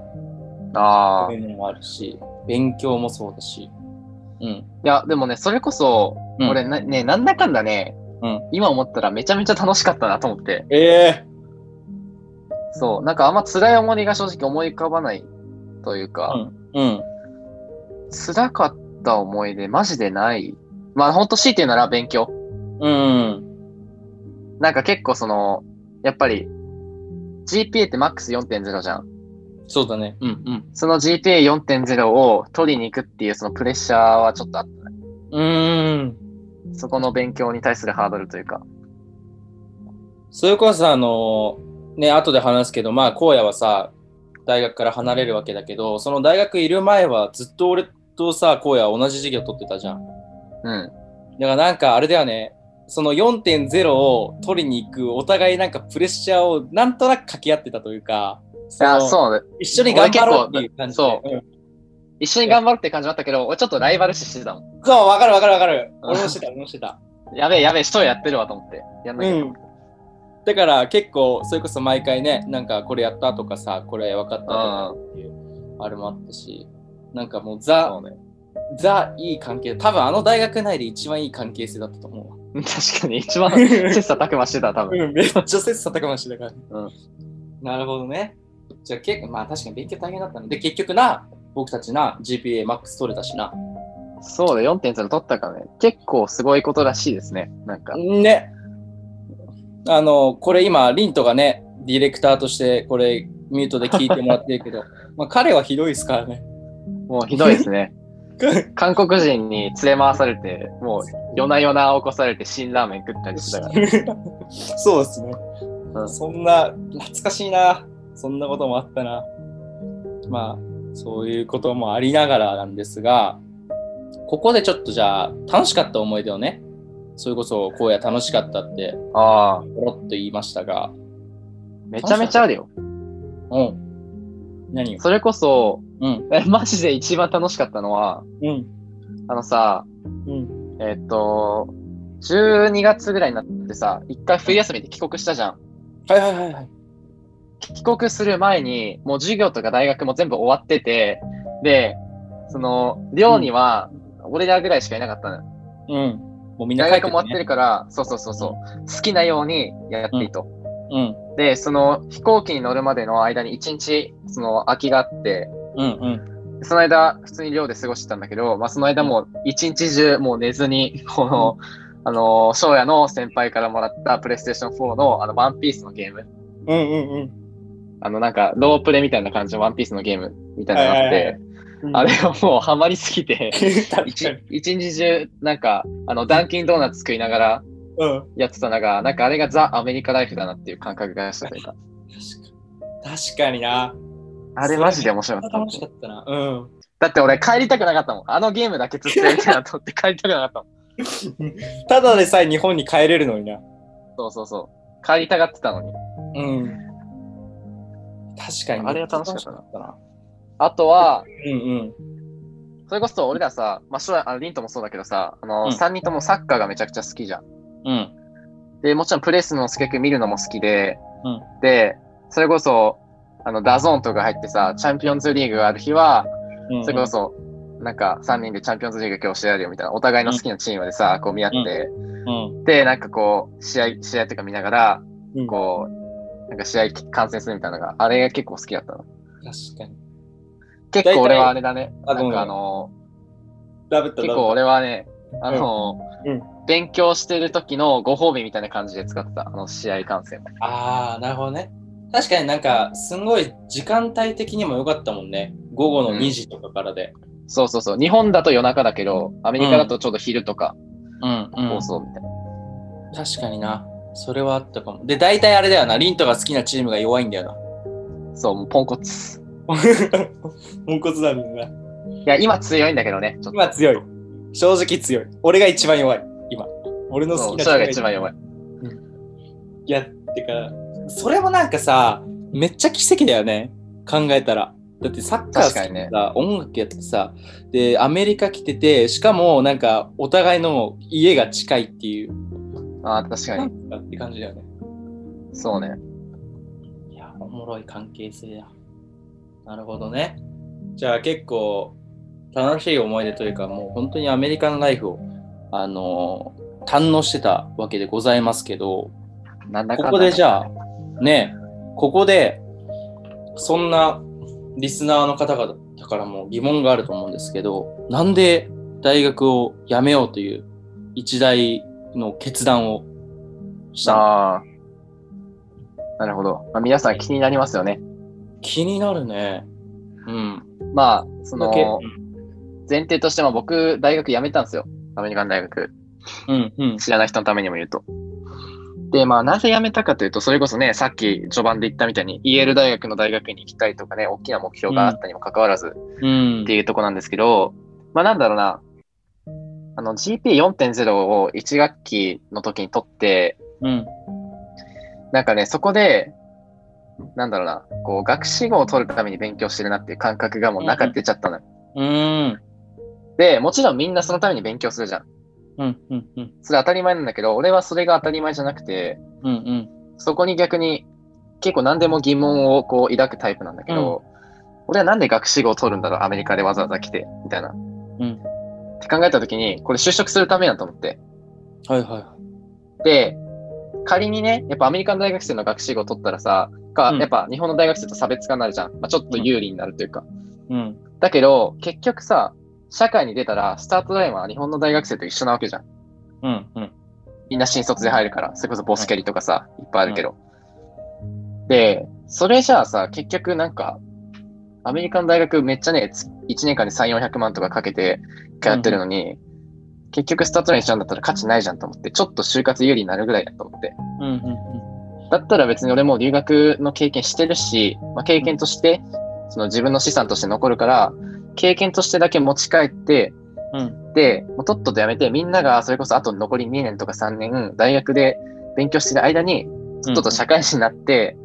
B: あ。い
A: いうのもあるし、勉強もそうだし。うん。
B: や、でもね、それこそ、
A: うん
B: 俺な、ね、なんだかんだね、
A: うん
B: 今思ったらめちゃめちゃ楽しかったなと思って。
A: ええ
B: そう、なんかあんま辛い思い出が正直思い浮かばないというか、
A: うん。
B: 辛かった思い出、マジでない。まあ、ほんと強いて言うなら勉強。
A: うん。
B: なんか結構その、やっぱり、GPA って MAX4.0 じゃん。
A: そうだね。うんうん。
B: その GPA4.0 を取りに行くっていうそのプレッシャーはちょっとあっ
A: うーん。
B: た。そこの勉強に対するハードルというか。
A: それこそあのね後で話すけどまあ荒野はさ大学から離れるわけだけどその大学いる前はずっと俺とさ荒野は同じ授業取ってたじゃんだ
B: うん。
A: からなんかあれだよねその4.0を取りに行くお互いなんかプレッシャーをなんとなく掛け合ってたというかその
B: あそう。
A: 一緒に頑張ろうっていう感じで
B: 俺結構
A: うん
B: 一緒に頑張るって感じだったけど、俺ちょっとライバル視してたもん。
A: そうわかるわかるわかる
B: うん
A: 俺もしてた俺もしてた
B: やべえやべえ、人やってるわと思って。やんなきゃ。
A: うんだから結構それこそ毎回ねなんかこれやったとかさこれ分かったとかっていうあれもあったしなんかもうザ
B: そうね。
A: ザいい関係多分あの大学内で一番いい関係性だったと思うわ
B: 確かに、一番切磋琢磨してた、多分。
A: うんめっちゃ切磋琢磨してたから、
B: う
A: なるほどねじゃあ結構まあ確かに勉強大変だったので結局な僕たちな GPAMAX 取れたしな
B: そうで、4.0取ったからね。結構すごいことらしいですね。なんか。
A: ねあのこれ今リントがねディレクターとしてこれミュートで聞いてもらってる けどまあ彼はひどいですから ね
B: もうひどいですね。韓国人に連れ回されて、もう夜な夜な起こされて辛ラーメン食ったりしてたから。
A: そうですね、
B: うん
A: そんな懐かしいなそんなこともあったなまあそういうこともありながらなんですがここでちょっとじゃあ楽しかった思い出をねそれこそ荒野楽しかったって
B: ああ、
A: ポロっと言いましたが
B: めちゃめちゃあるよ。
A: うん何よ
B: それこそ、
A: うん
B: えマジで一番楽しかったのは、
A: うん
B: あのさ、
A: うん
B: えっと、12月ぐらいになってさ、一回冬休みで帰国したじゃん。
A: はいはいはいはい
B: 帰国する前に、もう授業とか大学も全部終わってて、で、その、寮には、俺らぐらいしかいなかったのよ。
A: うんもうみんな
B: 大
A: 帰って
B: 学も終わってるから、そうそうそうそう、好きなようにやっていいと。
A: うん
B: で、その飛行機に乗るまでの間に1日、その空きがあって、
A: うんうん
B: その間、普通に寮で過ごしてたんだけど、まあ、その間もう一日中、もう寝ずに、この、あの、翔也の先輩からもらったプレイステーション4の、あの、ワンピースのゲーム。
A: うんうん
B: あの、なんか、ロープレみたいな感じのワンピースのゲームみたいなのがあっ
A: はいはい
B: て、
A: うん
B: あれがもうハマりすぎて、
A: 確
B: 一
A: かに
B: 一日中、なんか、あの、ダンキンドーナツ食いながら
A: うん
B: やってたのが、なんかあれがザ・アメリカライフだなっていう感覚がしたというか、
A: 確かに確かにな
B: あれマジで面白かった。
A: 楽しかったなうん
B: だって俺帰りたくなかったもん。あのゲームだけずっとやりたいなと思って帰りたくなかったもん。
A: ただでさえ日本に帰れるのにな。
B: そうそうそう。帰りたがってたのに。
A: うん。確かに。
B: あれは楽しかったな
A: ったな。
B: あとは、
A: うんうん。
B: それこそ俺らさ、まあ、将来、あの、リントもそうだけどさ、あ
A: う
B: の、
A: ん
B: 三人ともサッカーがめちゃくちゃ好きじゃん。
A: うん。
B: で、もちろんプレスの結局見るのも好きで、
A: うん
B: で、それこそ、あの、ダゾーンとか入ってさ、チャンピオンズリーグがある日は、
A: うん、
B: それこそ、なんか3人でチャンピオンズリーグ今日試合あるよみたいな、お互いの好きなチームでさ、こう見合って、
A: うん。
B: で、なんかこう、試合、試合とか見ながら、
A: うん、確
B: こう、なんか試合観戦するみたいなのが、あれが結構好きだったの。
A: かに。
B: 結構俺はあれだね。
A: あ
B: なんかあの、
A: ダブった
B: 結
A: ダブ
B: 構
A: っ
B: 俺はね、あの、
A: うんうん
B: 勉強してる時のご褒美みたいな感じで使ってた、あの試合観戦。
A: た。ああ、なるほどね。確かになんか、すごい時間帯的にも良かったもんね。午後の2時とかからで。
B: そうそうそう。日本だと夜中だけど、アメリカだとちょうど昼とか
A: うん、う
B: 放送みたいな。
A: 確かにな。それはあったかも。で、大体あれだよな。リントが好きなチームが弱いんだよな。
B: そう、もうポンコツ。
A: ポンコツだもんな。
B: いや、今強いんだけどね。ちょっと。
A: 今強い。正直強い。俺が一番弱い。今。俺の
B: そ
A: 好
B: う、
A: きな
B: それが一番弱い。
A: いや、てか、それもなんかさ、めっちゃ奇跡だよね。考えたら。だってサッカー好き
B: 確かにね
A: でさ、音楽やってさ、で、アメリカ来てて、しかもなんか、お互いの家が近いっていう、
B: ああ、確か
A: な
B: に。
A: んかって感じだよね。
B: そうね。
A: いや、おもろい関係性や。なるほどね。じゃあ結構楽しい思い出というか、もう本当にアメリカンライフを、あのー堪能してたわけでございますけど、
B: なんだ
A: こ
B: かんだ。
A: こでじゃあ、ね、ここで、そんなリスナーの方々からも疑問があると思うんですけど、なんで大学を辞めようという一大の決断をしたの
B: ああ。なるほど。まあ、皆さん気になりますよね。
A: 気になるね。うん。
B: まあ、そ
A: だけ
B: の、前提としても僕、大学辞めたんですよ。アメリカの大学。
A: うん、うん。
B: 知らない人のためにも言うと。で、まあ、なぜ辞めたかというと、それこそね、さっき序盤で言ったみたいに、イェール大学の大学に行きたいとかね、大きな目標があったにもかかわらず、
A: うん
B: って。いうとこなんですけど、まあなんだろうな、あの GP4.0 を1学期の時に取って、
A: うん。
B: なんかね、そこで、なんだろうな、こう学士号を取るために勉強してるなっていう感覚がもう中で出ちゃったのよ。
A: うん。
B: で、もちろんみんなそのために勉強するじゃん。
A: うん。うん。うん。
B: それ当たり前なんだけど、俺はそれが当たり前じゃなくて、
A: うん。うん。
B: そこに逆に結構何でも疑問をこう抱くタイプなんだけど、俺はなんで学士号を取るんだろう、アメリカでわざわざ来て、みたいな。
A: うん
B: って考えた時に、これ就職するためだと思って。
A: はいは
B: で、仮にね、やっぱアメリカの大学生の学士号取ったらさ、か
A: うん
B: やっぱ日本の大学生と差別化になるじゃん。まあ、ちょっと有利になるというか。
A: い。うん。
B: だけど、結局さ、社会に出たら、スタートラインは日本の大学生と一緒なわけじゃん。
A: うん。うん。
B: みんな新卒で入るから、それこそボスキャリとかさ、いっぱいあるけど。で、それじゃあさ、結局なんか、アメリカの大学めっちゃね、つ1年間に3、400万とかかけて通ってるのに、結局スタートライン一緒なんだったら価値ないじゃんと思って、ちょっと就活有利になるぐらいだと思って。
A: うん。うん。
B: だったら別に俺も留学の経験してるし、まあ、経験として、その自分の資産として残るから、経験としてだけ持ち帰って、
A: うん
B: で、もうとっととやめて、みんながそれこそあと残り2年とか3年、大学で勉強してる間に、ちょっと社会人になって、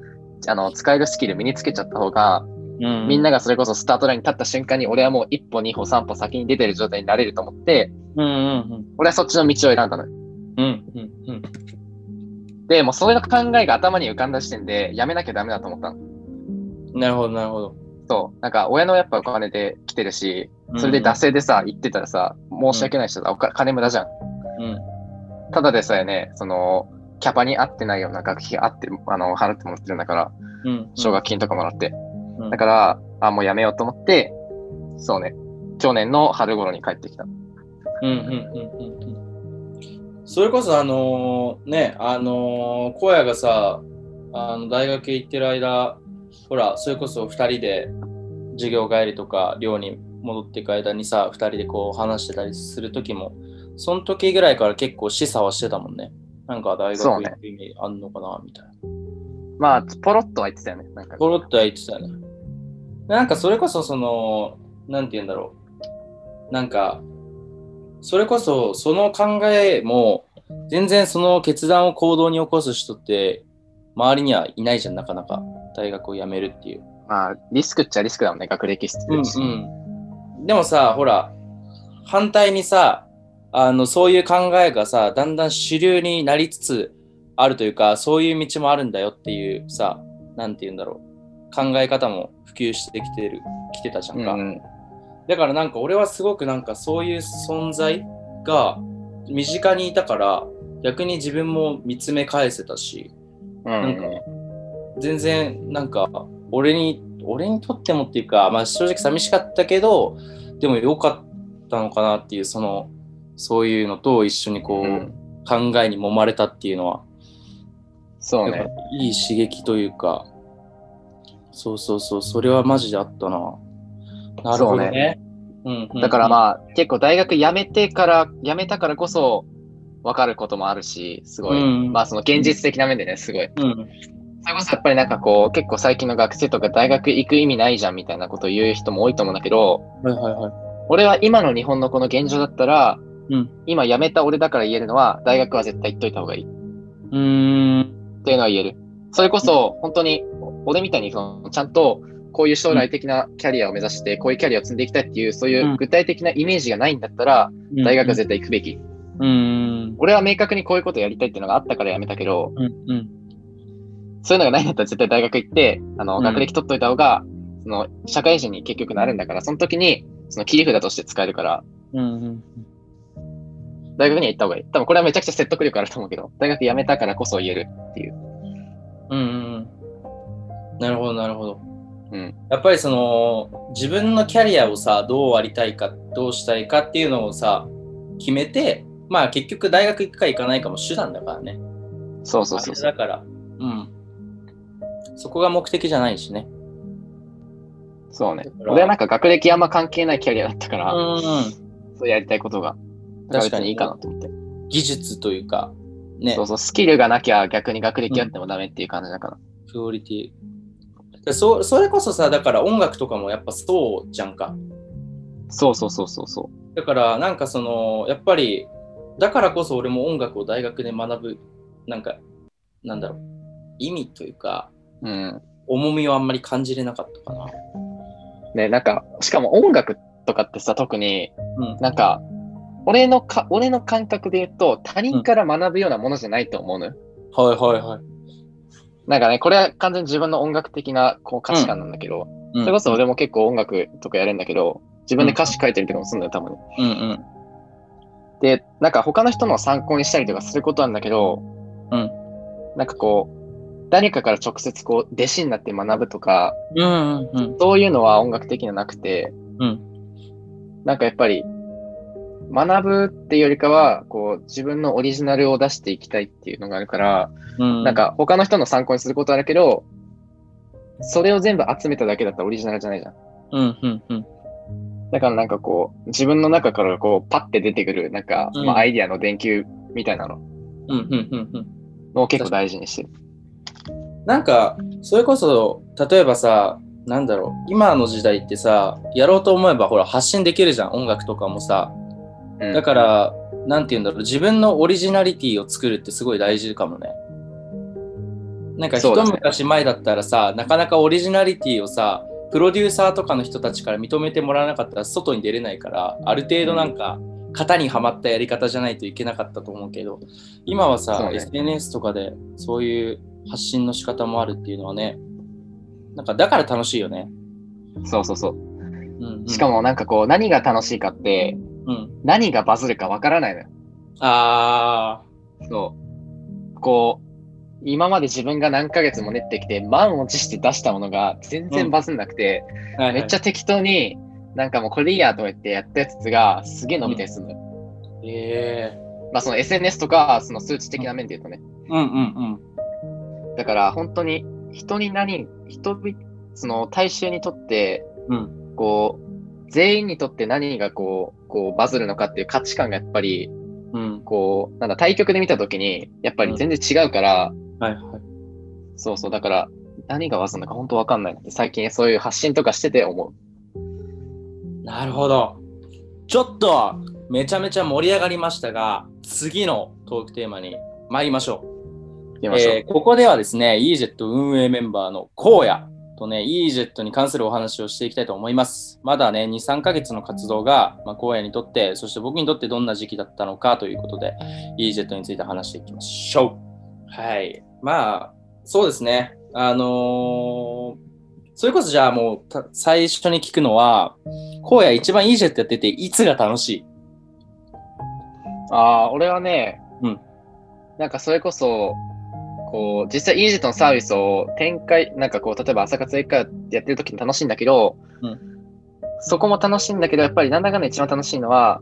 B: あの、使えるスキル身につけちゃった方が、
A: うん。
B: みんながそれこそスタートラインに立った瞬間に、俺はもう一歩、二歩、三歩先に出てる状態になれると思って、
A: うん。うん。うん。
B: 俺はそっちの道を選んだのよ。
A: うん。うん。
B: で、もうそれの考えが頭に浮かんだ時点で、やめなきゃダメだと思ったの。
A: うん。なるほど、なるほど。
B: そう、なんか親のやっぱお金で来てるし、それで惰
A: 出せ
B: 性でさ、行ってたらさ、申し訳ない人だ、おか金無駄じゃん。
A: うん。
B: ただでさえね、その、キャパに合ってないような学費があって、あの、払ってもらってるんだから、
A: うん。
B: 奨学金とかもらって。
A: うん
B: だから、あ、もうやめようと思って、そうね、去年の春頃に帰ってきた。
A: うんうんうんうんうん。それこそあのーね、あのー、荒野がさ、あの大学行ってる間、ほら、それこそ2人で授業帰りとか寮に戻っていく間にさ、2人でこう話してたりする時も、その時ぐらいから結構示唆はしてたもんね。なんか大学
B: そ
A: 行
B: うね
A: く意味あんのかな、みたいな。
B: まあ、ポロッとは言ってたよね。なんか
A: ポロッとは言ってたね。なんかそれこそその、なんて言うんだろう。なんか、それこそその考えも、全然その決断を行動に起こす人って、周りにはいないじゃん、なかなか。大学を辞めるっていう。
B: まあ、リスクっちゃリスクだもんね、学歴失礼だし。
A: でもさ、ほら、反対にさ、あのそういう考えがさ、だんだん主流になりつつあるというか、そういう道もあるんだよっていうさ、なんて言うんだろう、考え方も普及してきてる、きてたじゃ
B: うんん
A: か。
B: うん
A: だからなんか俺はすごくなんかそういう存在が身近にいたから、逆に自分も見つめ返せたし、
B: うん
A: なんか全然なんか俺に俺にとってもっていうか、まあ、正直寂しかったけどでも良かったのかなっていうそのそういうのと一緒にこう、
B: うん
A: 考えに揉まれたっていうのは
B: そう
A: や
B: ね
A: っぱ。いい刺激というかそうそうそうそれはマジであったななるほどねうんうん
B: だからまあ、結構大学辞めてから、辞めたからこそ分かることもあるし、すごい。
A: うん
B: まあその現実的な面でね、すごい。
A: うん
B: それこそやっぱりなんかこう、結構最近の学生とか大学行く意味ないじゃんみたいなことを言う人も多いと思うんだけど、
A: はいはいはい
B: 俺は今の日本のこの現状だったら、
A: うん
B: 今辞めた俺だから言えるのは、大学は絶対行っといた方がいい。っ
A: うーん
B: ていうのは言える。それこそ、本当に、俺みたいにその、ちゃんと、こういう将来的なキャリアを目指して、こういうキャリアを積んでいきたいっていう、そういう具体的なイメージがないんだったら、大学は絶対行くべき。
A: うんうん
B: 俺は明確にこういうことやりたいっていうのがあったからやめたけど、
A: うんうん
B: そういうのがないんだったら絶対大学行って、あの、
A: うん
B: 学歴取っといた方が、その、社会人に結局なるんだから、その時に、その切り札として使えるから、
A: うんうん
B: 大学には行った方がいい。多分これはめちゃくちゃ説得力あると思うけど、大学辞めたからこそ言える。
A: うんうんなるほど、なるほど。
B: うん
A: やっぱりその自分のキャリアをさどうありたいかどうしたいかっていうのをさ決めてまあ結局大学行くか行かないかも手段だからね
B: そうそうそう
A: あ
B: そ
A: れだ
B: う。
A: からうんそこが目的じゃないしね
B: そうね
A: だ。から
B: 俺はなんか学歴あんま関係ないキャリアだったか
A: う
B: ら、
A: ん
B: そうやりたいことが、だから別にいいかなと思って。
A: 技術というかね
B: そうそう、スキルがなきゃ逆に学歴あってもダメっていう感じだから。
A: クオリティだそそれこそさだから音楽とかもやっぱそうじゃんか
B: そうそうそうそうそう。
A: だからなんかそのやっぱりだからこそ俺も音楽を大学で学ぶなんかなんだろう意味というか
B: うん。
A: 重みをあんまり感じれなかったかな。
B: ね、なんか、しかも音楽とかってさ、特に
A: うん、
B: なんか、俺のか、俺の感覚で言うと、他人から学ぶようなものじゃないと思うのよ。
A: はいはいはい。
B: なんかね、これは完全に自分の音楽的なこう価値観なんだけど、それこそ俺も結構音楽とかやるんだけど、自分で歌詞書いたりとかもするんだよ、たまに。
A: うんうん。
B: で、なんか他の人の参考にしたりとかすることなんだけど、
A: うん
B: なんかこう、誰かから直接こう、弟子になって学ぶとか、
A: うんうんうん。
B: そういうのは音楽的にはなくて、
A: うん
B: なんかやっぱり、学ぶっていうよりかは、こう、自分のオリジナルを出していきたいっていうのがあるから、
A: うん、
B: なん、か他の人の参考にすることはあるけど、それを全部集めただけだったらオリジナルじゃないじゃん。
A: うんうんうん。
B: だからなんかこう、自分の中からこう、パッて出てくる、なんか、
A: うん
B: まあ、アイディアの電球みたいなの
A: うんうんうんうん。
B: を結構大事にしてる。
A: なんか、それこそ、例えばさ、なんだろう、今の時代ってさ、やろうと思えばほら、発信できるじゃん、音楽とかもさ。
B: うん
A: だから、なんて言うんだろう、自分のオリジナリティを作るってすごい大事かもね。なんか、
B: そ
A: 一
B: うだね
A: 昔前だったらさ、なかなかオリジナリティをさ、プロデューサーとかの人たちから認めてもらわなかったら外に出れないから、ある程度なんか、型にはまったやり方じゃないといけなかったと思うけど、今は
B: そ
A: さ、
B: うね
A: SNS とかでそういう発信の仕方もあるっていうのはね、なんかだから楽しいよね。
B: そうそうそう。
A: うんうん、
B: しかもなんかこう、何が楽しいかって、
A: うん、
B: 何がバズるかわからないのよ。
A: あ
B: そう。こう、今まで自分が何ヶ月も練ってきて、満を持して出したものが全然バズんなくて、
A: ー、はいはい
B: めっちゃ適当に、なんかもうこれでいいやとか言ってやったやつがすげえ伸びたりするのよ。
A: えー
B: まあその SNS とか、その数値的な面で言うとね。
A: うんうん
B: だから本当に、人に何、人々、その大衆にとって、
A: うん。うん
B: こう、全員にとって何がこう、こうバズるのかっていう価値観がやっぱり、
A: うん。
B: こう、なんだ、対局で見たときに、やっぱり全然違うから、
A: はいはい。
B: そうそう、だから、何がわざのか本当わかんないなって、最近そういう発信とかしてて思う。
A: なるほど。ちょっと、めちゃめちゃ盛り上がりましたが、次のトークテーマに参りましょう。
B: 行きましょう。
A: えーここではですね、EJET 運営メンバーの荒野とね、EJET に関するお話をしていきたいと思います。まだね、2、3ヶ月の活動が、まあ、荒野にとって、そして僕にとってどんな時期だったのかということで、EJET について話していきましょう。はい。まあ、そうですね。あのーそれこそじゃあもうた最初に聞くのは、荒野一番 EJET やってて、いつが楽しい
B: ああー、俺はね、
A: うん
B: なんかそれこそ、こう、実際 EJ とのサービスを展開、なんかこう、例えば朝活一回やってる時に楽しいんだけど、
A: うん
B: そこも楽しいんだけど、やっぱりなんだかんだ一番楽しいのは、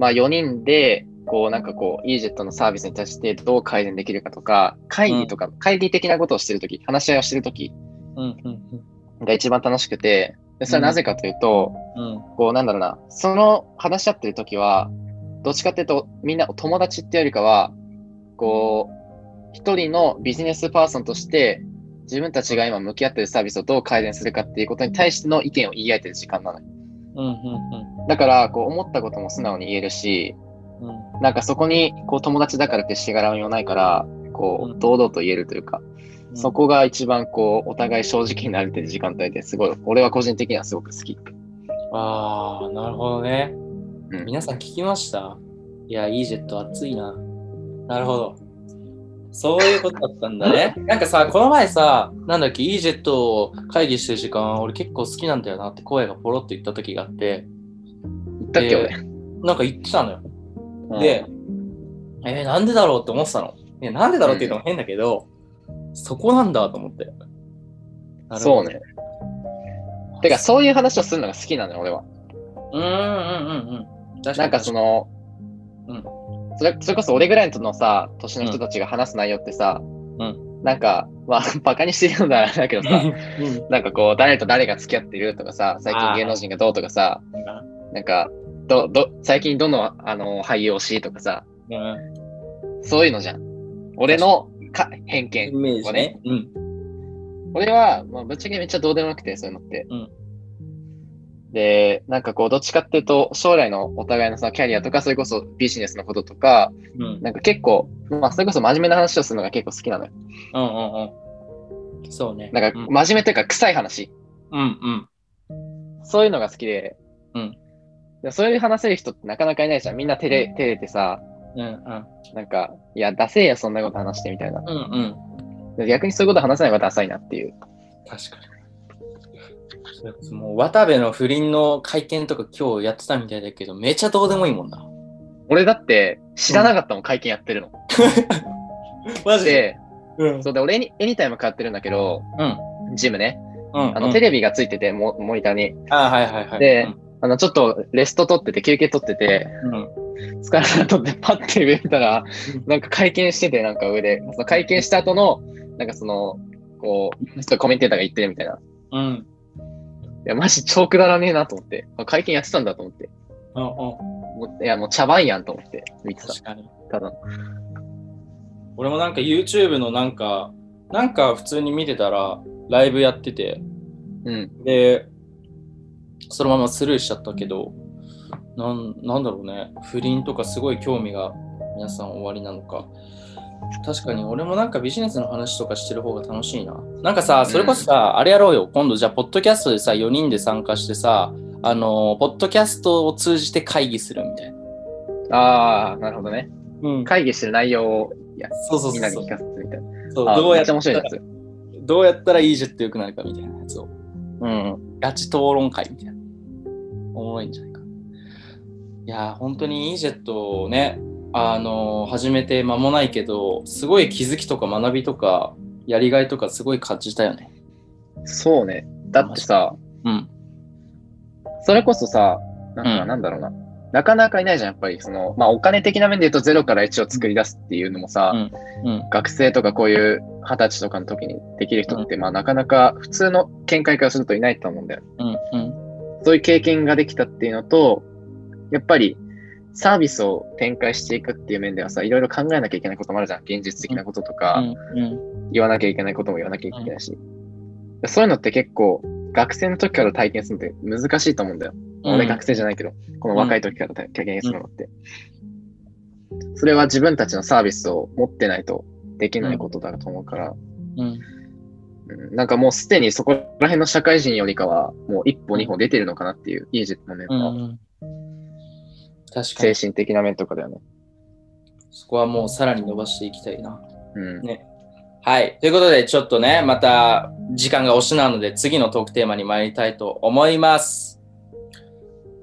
B: まあ4人で、こうなんかこう、EJ とのサービスに対してどう改善できるかとか、会議とか、会議的なことをしてるとき、話し合いをしてるとき
A: うん、うん、
B: が一番楽しくて、でそれはなぜかというと、
A: うん。うん。
B: こうなんだろうな、その話し合ってる時は、どっちかっていうと、みんな友達っていうよりかは、こう、一人のビジネスパーソンとして、自分たちが今向き合ってるサービスをどう改善するかっていうことに対しての意見を言い合えてる時間なのよ。
A: うん、うん、
B: だから、こう思ったことも素直に言えるし、
A: うん。うん
B: なんかそこに、こう友達だからってしがらみもないから、こ
A: うん
B: う、堂々と言えるというか、そこが一番こう、お互い正直になれてる時間帯ですごい、俺は個人的にはすごく好き。
A: ああ、なるほどね。
B: うん
A: 皆さん聞きましたいや、イージェット熱いな。なるほど。そういうことだったんだね。 なんかさ、この前さ、なんだっけ、イージェットを会議してる時間、俺結構好きなんだよなって声がポロって言った時があって、
B: 言ったっけ、
A: えー
B: 俺。
A: なんか言ってたのよ。
B: うん
A: で、、えーなんでだろうって思ってたの。いや、なんでだろうって言うのも変だけど、そこなんだと思って。なる
B: そ
A: ほど
B: う。ね。てか、そういう話をするのが好きなのよ、俺は。
A: うんうんうんうん。確かに
B: なんかそ、の、
A: うん
B: それそれこそ俺ぐらいのさ、年の人たちが話す内容ってさ、
A: ん
B: なんか、まあ、 バカにしてるようなあれだけど
A: 確か
B: さ
A: に、 うん
B: なんかこう、誰と誰が付き合ってるとかさ、最
A: あ
B: 近
A: ー
B: 芸能人がどうとかさ、なんか、ど、ど、最近どの、あの、俳優推しとかさ、
A: うん
B: そういうのじゃん。俺のか偏
A: イ
B: 見。
A: メージね。うん。
B: 俺は、まあ、ぶっちゃけめっちゃどうでもよくて、そういうのって。
A: うん
B: で、なんかこう、どっちかっていうと、将来のお互いのそのキャリアとか、それこそビジネスのこととか、
A: うん。うん
B: なんか結構、まあ、それこそ真面目な話をするのが結構好きなのよ。
A: うんうん。そうね。
B: なんか、
A: うん
B: 真面目というか、臭い話。
A: うんうん。
B: そういうのが好きで。
A: うん
B: で。そういう話せる人ってなかなかいないじゃん。みんな照れ、照れてさ、
A: うんうん。
B: なんか、いや、ダセえよ、そんなこと話してみたいな。
A: うんうん。
B: で逆にそういうこと話せないのがダサいなっていう。
A: 確かに。それこそもう渡部の不倫の会見とか今日やってたみたいだけど、めちゃどうでもいいもんな。
B: 俺だって、知らなかったもん、会見やってるの。
A: マ
B: で、
A: うん。
B: そうで、俺に、エニタイム通ってるんだけど、
A: うん。
B: ジムね。
A: うん。
B: あの、テレビがついてて、モモニターに。
A: あはいはいはい。
B: であの、ちょっと、レスト取ってて、休憩取ってて、
A: うん、
B: 疲れたとってパッて上見たら、なんか会見してて、なんか上で、その会見した後の、なんかその、こう、ちょっとコメンテーターが言ってるみたいな。い
A: うん。うん。
B: や、マジ超くだらねえなと思って。あ会見やってたんだと思って。
A: うんうん。
B: もういや、もう茶番やんと思って、見てた。
A: 確かに。
B: ただの。
A: 俺もなんか YouTube のなんか、なんか普通に見てたら、ライブやってて、
B: うん。
A: で、そのままスルーしちゃったけど、なんなんだろうね、不倫とかすごい興味が皆さん終わりなのか。確かに俺もなんかビジネスの話とかしてる方が楽しいな。なんかさ、それこそさ、あれやろうよ、今度じゃあ、ポッドキャストでさ、4人で参加してさ、あのーポッドキャストを通じて会議するみたいな。
B: あー、なるほどね。
A: うん、
B: 会議してる内容を
A: そうそう
B: みん
A: そうそ
B: なに
A: う
B: 聞かせてみたいな。
A: そう
B: あ
A: どう
B: め
A: や
B: っ
A: っ
B: ちゃ面
A: た
B: 白
A: ら
B: いや。つ。
A: どうやったらいいジェット良くなるかみたいなやつを。
B: うんうん。
A: ガチ討論会みたいな。おもろいんじゃないか。いやー、本当に EJET をね、あのー始めて間もないけど、すごい気づきとか学びとか、やりがいとかすごい感じたよね。
B: そうね。だってさ、
A: うん。
B: それこそさ、なん
A: う
B: か
A: ん
B: なんだろうな。なかなかいないじゃん、やっぱり。その、まあ、お金的な面で言うと、0から1を作り出すっていうのもさ、
A: うん。
B: 学生とかこういう二十歳とかの時にできる人って、まあ、なかなか普通の見解からするといないと思うんだよ。
A: うん。うん。
B: そういう経験ができたっていうのと、やっぱり、サービスを展開していくっていう面ではさ、いろいろ考えなきゃいけないこともあるじゃん。現実的なこととか、
A: うん。
B: 言わなきゃいけないことも言わなきゃいけないし。そういうのって結構、学生の時から体験するのって難しいと思うんだよ。俺学生じゃないけど、この若い時から体験するのって。それは自分たちのサービスを持ってないとできないことだと思うから、
A: うん。
B: うんなんかもうすでにそこら辺の社会人よりかは、もう一歩二歩出てるのかなっていう、イージェットの面
A: う
B: は、
A: ん。確か
B: 精
A: に、
B: 神的な面とかだよね。
A: そこはもうさらに伸ばしていきたいな。
B: うん。
A: ねはい。ということで、ちょっとね、また時間が押しなので、次のトークテーマに参りたいと思います。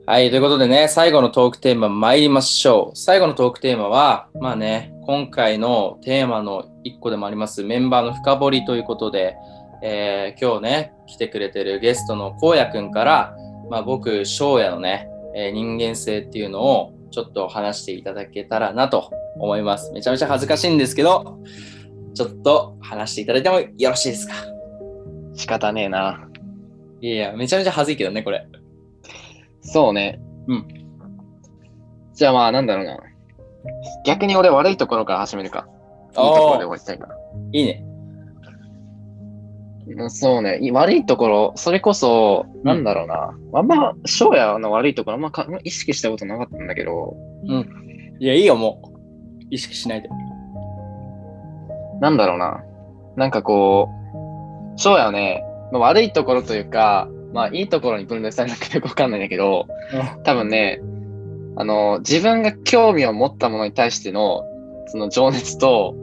A: はい。ということでね、最後のトークテーマ参りましょう。最後のトークテーマは、まあね、今回のテーマの一個でもあります、メンバーの深掘りということで、えー今日ね、来てくれてるゲストのこうやくんから、まあ僕、翔也のね、えー人間性っていうのをちょっと話していただけたらなと思います。めちゃめちゃ恥ずかしいんですけど、ちょっと話していただいてもよろしいですか
B: 仕方ねえな。
A: いやいや、めちゃめちゃ恥ずいけどね、これ。
B: そうね。
A: うん。
B: じゃあまあ、なんだろうな。逆に俺悪いところから始めるか。いいところで終わりたいから。
A: いいね。
B: うんそうね、い悪いところ、それこそ、なんだろうな、あんま、翔也の悪いところ、あんまか意識したことなかったんだけど、
A: いや、いいよ、もう。意識しないで。
B: なんだろうな、なんかこう、翔也はね、まあ悪いところというか、まあ、いいところに分類されなくてよくわかんないんだけど、多分ね、あの、自分が興味を持ったものに対しての、その情熱と、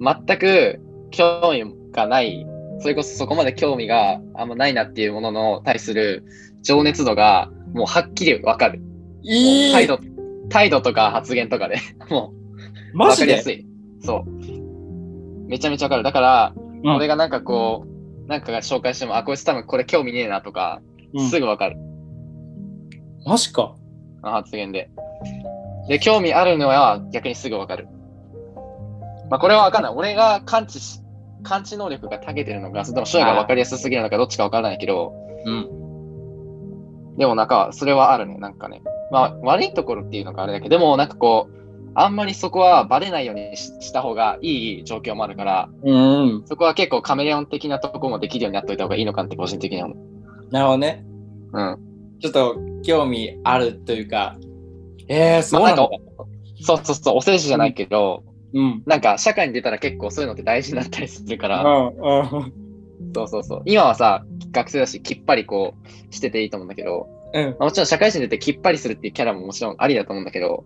B: 全く興味がない、それこそそこまで興味があんまないなっていうものの対する情熱度が、もうはっきりわかる。
A: いい
B: 態度、態度とか発言とかで、 もう、
A: マ
B: わか
A: ジ
B: りや
A: です
B: い。そう。めちゃめちゃわかる。だから、
A: うん
B: 俺がなんかこう、なんかが紹介しても、あ、こいつ多分これ興味ねえなとか、
A: うん
B: すぐわかる。
A: マジか。
B: あの発言で。で、興味あるのは逆にすぐわかる。まあ、これはわかんない。俺が感知し、感知能力が長けてるのか、それとも、将来がわかりやすすぎるのか、どっちかわからないけど、
A: うん。
B: でもなんか、それはあるね、なんかね。まあ、悪いところっていうのがあれだけど、でもなんかこう、あんまりそこはバレないようにしした方がいい状況もあるから、
A: うん。
B: そこは結構カメレオン的なとこもできるようになっといた方がいいのかなって個人的には思う。
A: なるほどね。
B: うん。
A: ちょっと興味あるというか。えー、そうなんだ
B: まあ。そうそうそう、お世辞じゃないけど、
A: うん。
B: なんか社会に出たら結構そういうのって大事になったりするか
A: う
B: ら、
A: ん。うん。
B: そうそうそう。今はさ、学生だし、きっぱりこう、してていいと思うんだけど、
A: うん。
B: まあもちろん社会人出てきっぱりするっていうキャラももちろんありだと思うんだけど、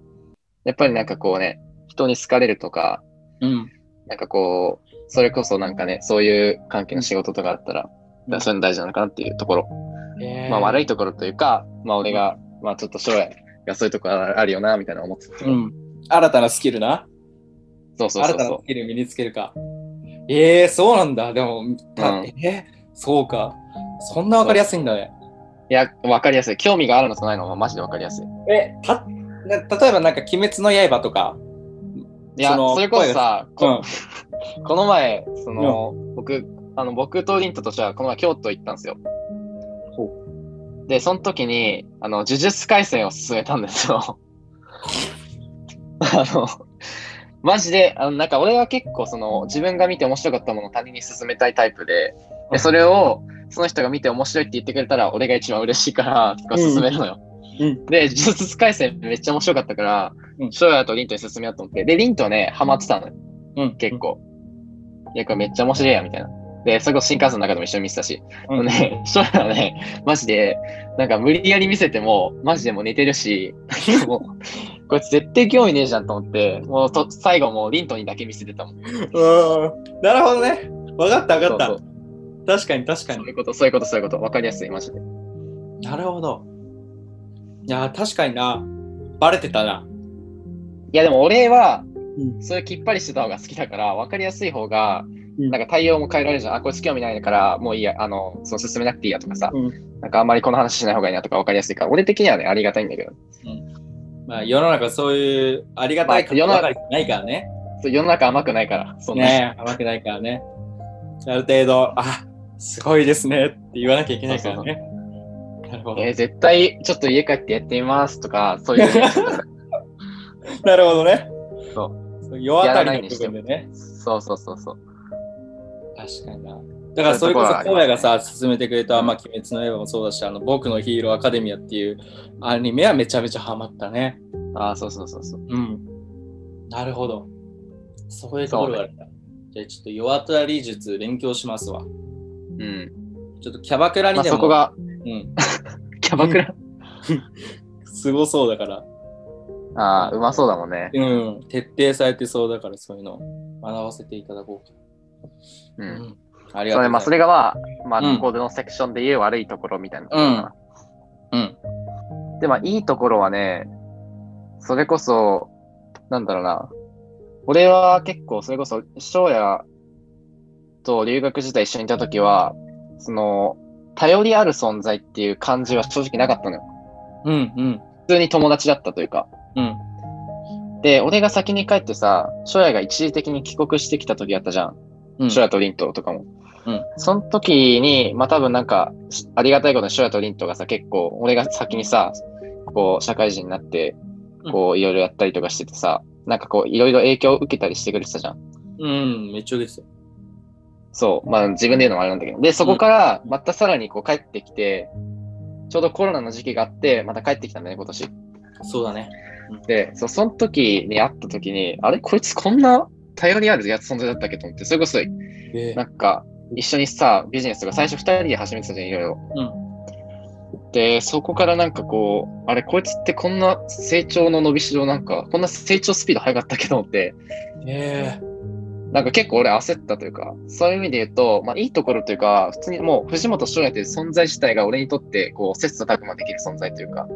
B: やっぱりなんかこうね、人に好かれるとか、
A: うん。
B: なんかこう、それこそなんかね、そういう関係の仕事とかあったら、だからそういうの大事なのかなっていうところ。
A: えー
B: まあ悪いところというか、まあ俺が、まあちょっと将来がそういうところあるよな、みたいな思ってたとこ
A: う
B: ろ。
A: ん。新たなスキルな。
B: そうそうそう
A: 新たな
B: そ
A: スキル身につけるか。えー、そうなんだ。でも、た
B: うん
A: えーそうか。そんなわかりやすいんだね。
B: う。いや、わかりやすい。興味があるのとないのはマジでわかりやすい。
A: え、た、な例えばなんか、鬼滅の刃とか。
B: いや、
A: その
B: それこそさ、
A: 声
B: こ この前、その、僕、あの、僕とリントとしては、この前京都行ったんですよ。で、その時に、あの、呪術廻戦を進めたんですよ。 あの、マジで、あの、なんか俺は結構その、自分が見て面白かったものを他人に勧めたいタイプで、
A: うん
B: で、それを、その人が見て面白いって言ってくれたら、俺が一番嬉しいから、結構勧めるのよ。
A: うん
B: で、呪術廻戦めっちゃ面白かったから、
A: うん
B: 翔也とリントに進めようと思って、で、リントね、ハマってたのよ、
A: うん。
B: 結構。いや、これめっちゃ面白いや、みたいな。で、それこそ新幹線の中でも一緒に見てたし、
A: うん
B: もうね、 翔也はね、マジで、なんか無理やり見せても、マジでもう寝てるし、もう、 こいつ絶対興味ねえじゃんと思って、もうと最後もうリントにだけ見せてたもん。
A: うん。なるほどね。わかった、わかった。
B: そうそう
A: 確かに、確か
B: そう
A: に。
B: いうこと、そういうこと、そういうこと。わかりやすい、マジで。
A: なるほど。いやー、確かにな。バレてたな。
B: いやでも俺は
A: う、
B: そういうきっぱりしてた方が好きだから、分かりやすい方が、
A: うん
B: なんか対応も変えられるじゃん。あ、こいつ興味ないから、もういいや、あの、そう進めなくていいやとかさ、
A: う
B: なんかあんまりこの話しない方がいいなとか分かりやすいから、俺的にはね、ありがたいんだけど、
A: まあ、世の中そういうありがたい
B: まあ世の
A: ば
B: 中
A: かりじゃないからね。
B: そう世の中甘くないから、そんな。
A: ねえ、甘くないからね。ある程度、あすごいですねって言わなきゃいけないからね。なるほど。
B: えー絶対、ちょっと家帰ってやってみますとか、そ ういうね、
A: なるほどね。
B: そ
A: そう。世当たりの部分でね。
B: そうそうそうそう。
A: 確かにな。だからそれこそ、
B: そういうところはあります
A: 荒野がさ、進めてくれた、
B: うん
A: まあ、鬼滅の刃もそうだし、あの、僕のヒーローアカデミアっていうアニメはめちゃめちゃハマったね。
B: ああ、そうそうそうそう。
A: うん。なるほど。そういうところがあるんだ。じゃあちょっと弱当たり術勉強しますわ。
B: うん。
A: ちょっとキャバクラ
B: ま
A: に
B: あ、
A: でも、
B: そこが、
A: うん、
B: キャバクラ。
A: すごそうだから、
B: ああ、うまそうだもんね。
A: うん、徹底されてそうだから、そういうのを学ばせていただこうか。
B: う。
A: うんん、ありが
B: そ
A: と
B: れ
A: う
B: ま
A: ご
B: あ、そ
A: ざい
B: れがまあ、ま
A: う
B: あ、
A: ん
B: ここでのセクションで言う悪いところみたいな。
A: うんます。
B: で、まあ、いいところはね、それこそ、なんだろうな。俺は結構、それこそ、翔也と留学時代一緒にいた時は、その、頼りある存在っていう感じは正直なかったのよ。
A: うん、うん、うん、
B: 普通に友達だったというか。
A: うん。
B: で、俺が先に帰ってさ、翔也が一時的に帰国してきた時あったじゃん。
A: うん、
B: ショヤとリントとかも。
A: うん
B: その時に、まあ多分なんか、しありがたいことにショヤとリントがさ、結構、俺が先にさ、こう、社会人になって、こう、いろいろやったりとかしててさ、なんかこう、いろいろ影響を受けたりしてくれてたじゃん。
A: うん、めっちゃ受けてたよ。
B: そう。まあ自分で言うのもあれなんだけど。で、そこから、またさらにこう帰ってきて、ちょうどコロナの時期があって、また帰ってきたんだね、今年。
A: そうだね。
B: で、そうその時に会った時に、あれこいつこんな頼りあるやつ存在だったっけと思って、それこそ
A: え
B: なんか、一緒にさ、ビジネスとか最初二人で始めてたじゃん、いろいろ。で、そこからなんかこう、あれ、こいつってこんな成長の伸びしろなんか、こんな成長スピード速かったっけどって、
A: え
B: なんか結構俺焦ったというか、そういう意味で言うと、まあいいところというか、普通にもう藤本翔也という存在自体が俺にとって、こう、切磋琢磨できる存在というか、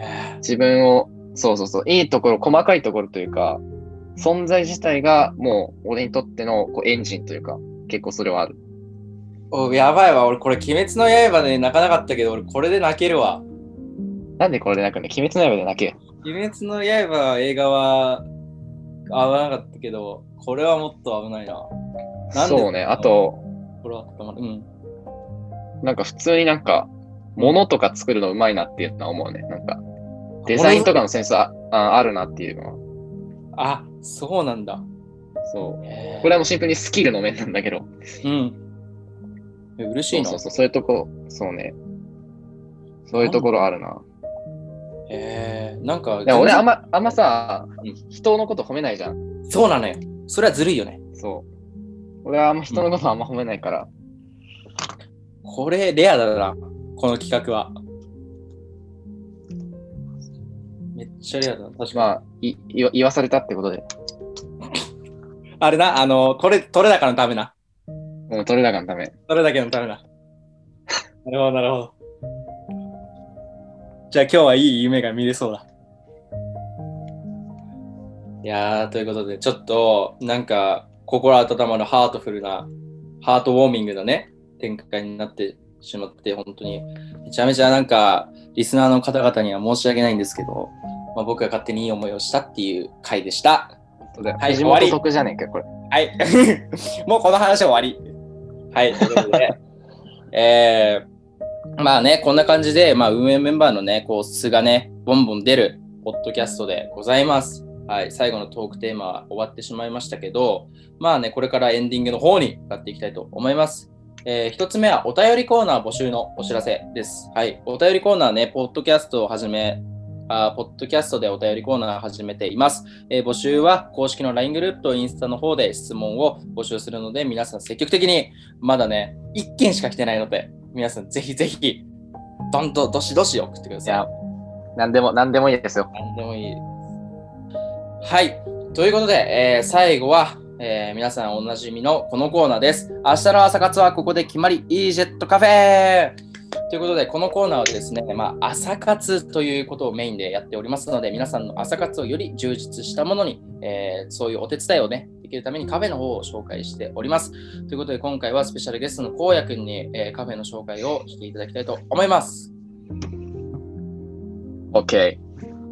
A: え
B: 自分を、そうそうそう、いいところ、細かいところというか、存在自体がもう俺にとってのこうエンジンというか、結構それはある。
A: おやばいわ、俺これ、鬼滅の刃で泣かなかったけど、俺これで泣けるわ。
B: なんでこれで泣くの鬼滅の刃で泣けよ。
A: 鬼滅の刃映画は危なかったけど、これはもっと危ないな。なんで
B: そうね。あと、
A: これはたまる。うん。
B: なんか普通になんか、物とか作るのうまいなっていうのは思うね。なんか、デザインとかのセンスあああるなっていうのは。
A: あ、そうなんだ。
B: そう。
A: へー
B: これはもうシンプルにスキルの面なんだけど。
A: うん。え嬉し
B: そ
A: いうな。
B: そうそう、そういうとこ、そうね。そういうところあるな。
A: えー、なんか、
B: でも俺あん
A: ま、
B: ま、あんまさ
A: うん、
B: 人のこと褒めないじゃん。
A: そうなのよ。それはずるいよね。
B: そう。俺はあんま人のことあんま褒めないから。
A: これ、レアだな。この企画は。めっちゃレアだな。確かに。
B: まあ、い言わ言わされたってことで。
A: あれな、あの、これ、取れ高のためな。
B: うん、取れ高のため。
A: 取れだけのためな。なるほど、なるほど。じゃあ今日はいい夢が見れそうだ。いやー、ということで、ちょっと、なんか、心温まるハートフルな、ハートウォーミングなね、展開になってしまって、本当に、めちゃめちゃなんか、リスナーの方々には申し訳ないんですけど、まあ、僕が勝手にいい思いをしたっていう回でした。はい
B: 地
A: 終わり
B: 元得じゃねえかよ、これ。
A: はい。 もうこの話は終わり。はい。ということで、 えー、まあね、こんな感じで、まあ、運営メンバーのね、こう、素がね、ボンボン出る、ポッドキャストでございます。はい。最後のトークテーマは終わってしまいましたけど、まあね、これからエンディングの方に向かっていきたいと思います。えー、一つ目はお便りコーナー募集のお知らせです。はい。お便りコーナーね、ポッドキャストをはじめ、あーポッドキャストでお便りコーナーを始めています。えー募集は公式の LINE グループとインスタの方で質問を募集するので、皆さん積極的に、まだね、1件しか来てないので、皆さんぜひぜひ、どんどんどしどし送ってくだ
B: い
A: さい。
B: や、なんでも、なんでもいいですよ。
A: 何でもいい。はい。ということで、えー最後は、えー皆さんおなじみのこのコーナーです。明日の朝活はここで決まり、EJET カフェということで、このコーナーはですね、まあ、朝活ということをメインでやっておりますので、皆さんの朝活をより充実したものに、えーそういうお手伝いをね、できるためにカフェの方を紹介しております。ということで、今回はスペシャルゲストのこうやくんに、えーカフェの紹介をしていただきたいと思います。
B: OK。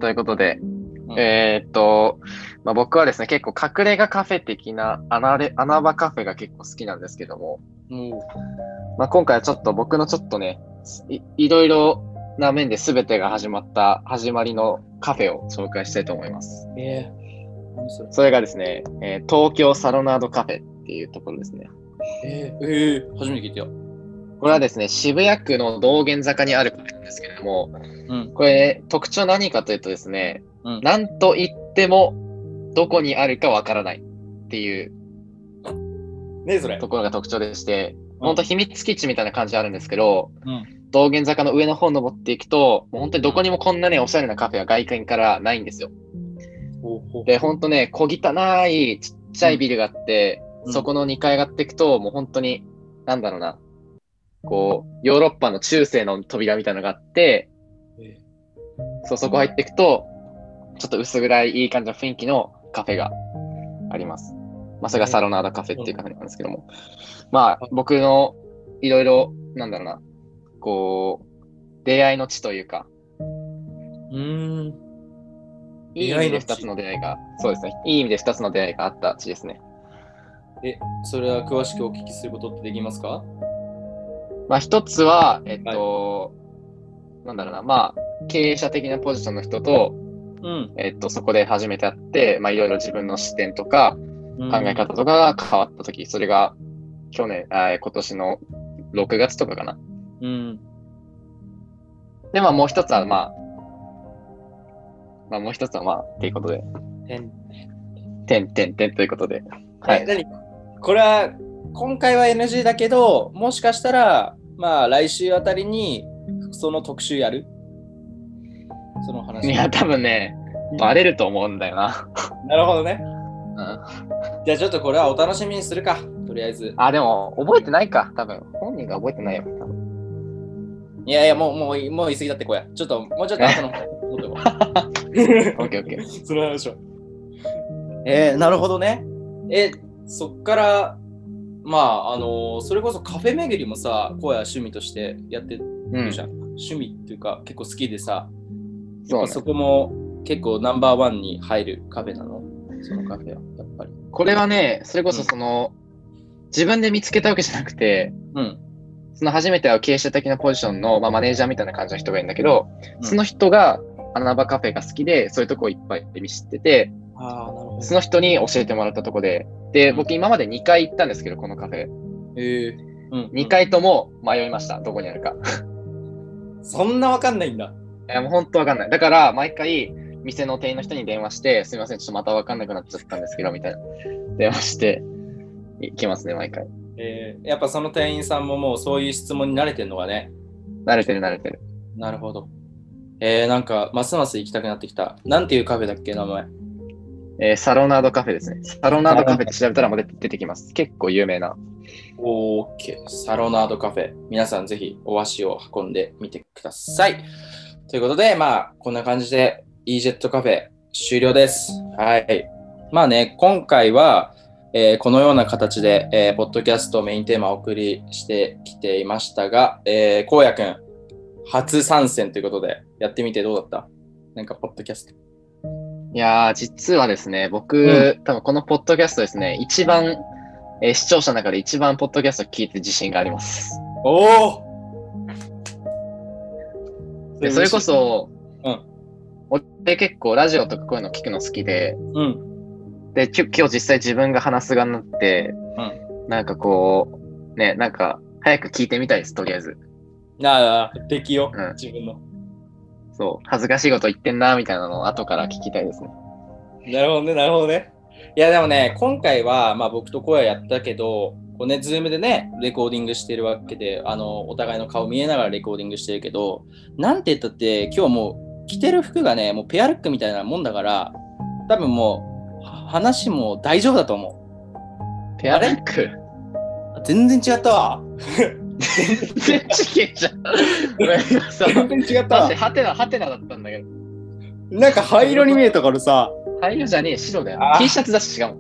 B: ということで、
A: ん
B: えーっと、まあ、僕はですね、結構隠れ家カフェ的な穴れ穴場カフェが結構好きなんですけども、
A: うん
B: まあ、今回はちょっと僕のちょっとね、いいろいろな面で全てが始まった始まりのカフェを紹介したいと思います。
A: えー、何それ
B: それがですね、えー東京サロナードカフェっていうところですね。
A: えー、えー、初めて聞いたよ。
B: これはですね、渋谷区の道玄坂にあるカフェなんですけれども、
A: うん。
B: これ特徴何かというとですね、
A: うん
B: なんと言ってもどこにあるかわからないっていう
A: ねえ、それ。
B: ところが特徴でして、本当秘密基地みたいな感じあるんですけど、
A: うん。
B: 道玄坂の上の方登っていくと、もう本当にどこにもこんなね、おしゃれなカフェは外見からないんですよ。
A: ほうほう
B: で、本当ね、小汚いちっちゃいビルがあって、
A: うん
B: そこの2階上がっていくと、もう本当に、なんだろうな、こう、ヨーロッパの中世の扉みたいなのがあって、
A: え
B: そう、そこ入っていくと、ちょっと薄暗いいい感じの雰囲気のカフェがあります。まあ、それがサロナーダカフェっていうカフェなんですけども。まあ、僕のいろいろ、なんだろうな、こう、出会いの地というか、
A: ーうーん。
B: いい意味で2つの出会いが、そうですね、いい意味で2つの出会いがあった地ですね。
A: え、それは詳しくお聞きすることってできますか
B: まあ、一つは、えっと、なんだろうな、まあ、経営者的なポジションの人と、
A: うん。
B: えっと、そこで初めて会って、まあ、いろいろ自分の視点とか、考え方とかが変わったとき、それが去年、あー今年の6月とかかな。
A: うん。
B: で、まあ、もう一つは、まあ、まあ、もう一つは、まあ、っていうことで、
A: 変
B: 点、点、点ということで。は
A: え、
B: い。
A: 何これは、今回は NG だけど、もしかしたら、まあ、来週あたりに、その特集やるその話。
B: いや、多分ね、バレると思うんだよな。
A: なるほどね。
B: うん、
A: じゃあ、ちょっとこれはお楽しみにするか。とりあえず。
B: あ、でも、覚えてないか、多分。本人が覚えてないよ。多分
A: いやいや、もう、もう、もう言い過ぎだって、こや。ちょっと、もうちょっと後の方に戻って こう。
B: オッケーオッケー。
A: その話は。えー、なるほどね。え、そっから、まあ、あのーそれこそカフェ巡りもさ、声は趣味としてやってる
B: うん。
A: じゃん。趣味っていうか、結構好きでさ、
B: そうね
A: そこも結構ナンバーワンに入るカフェなのそのカフェは、やっぱり。
B: これはね、それこそその、自分で見つけたわけじゃなくて、
A: うん。
B: その初めては経営者的なポジションの、まあ、マネージャーみたいな感じの人がいるんだけど、
A: うん
B: その人が穴場カフェが好きで、そういうとこいっぱい知ってて、
A: ああ、なるほ
B: その人に教えてもらったとこで、で、僕今まで2回行ったんですけど、このカフェ。
A: ど。へえうん
B: 2回とも迷いました、どこにあるか。
A: そんなわかんないんだ。
B: いや、もう本当わかんない。だから、毎回、店の店員の人に電話して、すみません、ちょっとまたわかんなくなっちゃったんですけど、みたいな。電話して、行きますね、毎回。
A: えーやっぱその店員さんももうそういう質問に慣れてるのがね。
B: 慣れてる、慣れてる。
A: なるほど。えー、なんか、ますます行きたくなってきた。なんていうカフェだっけ、名前。
B: えーサロナードカフェですね。サロナードカフェって調べたらもう出て出てきます。結構有名な。
A: オーケー、サロナードカフェ。皆さんぜひお足を運んでみてください。ということで、まあ、こんな感じで EJET カフェ終了です。はい。まあね、今回は、えーこのような形で、えーポッドキャストをメインテーマをお送りしてきていましたが、えー、こうやくん、初参戦ということで、やってみてどうだったなんか、ポッドキャスト。
B: いやー、実はですね、僕、
A: う
B: 多分このポッドキャストですね、一番、えー視聴者の中で一番ポッドキャスト聞いてる自信があります。
A: おお
B: でそれこ、そ、
A: うん
B: 俺結構ラジオとかこういうの聞くの好きで、
A: うん、
B: で、きょ今日実際自分が話す側になって、なんかこう、ね、なんか、早く聞いてみたいです、とりあえず。
A: なあ、できよ、
B: うん
A: 自分の。
B: そう、恥ずかしいこと言ってんな、みたいなのを後から聞きたいですね。
A: なるほどね、なるほどね。いや、でもね、今回は、まあ、僕と声はやったけど、こうね、ズームでね、レコーディングしてるわけで、あの、お互いの顔見えながらレコーディングしてるけど、なんて言ったって、今日もう、着てる服がね、もうペアルックみたいなもんだから、多分もう、は話も大丈夫だと思う。
B: ペアレッ ク
A: 全然違った わ。
B: 全然違えじゃん。ごめんな さい。
A: 全然違っ
B: マジで、ハテナ、ハテナだったんだけど。
A: なんか灰色に見えたからさ。
B: 灰色じゃねえ、白だよ
A: あ。ー
B: T シャツだし、しかも。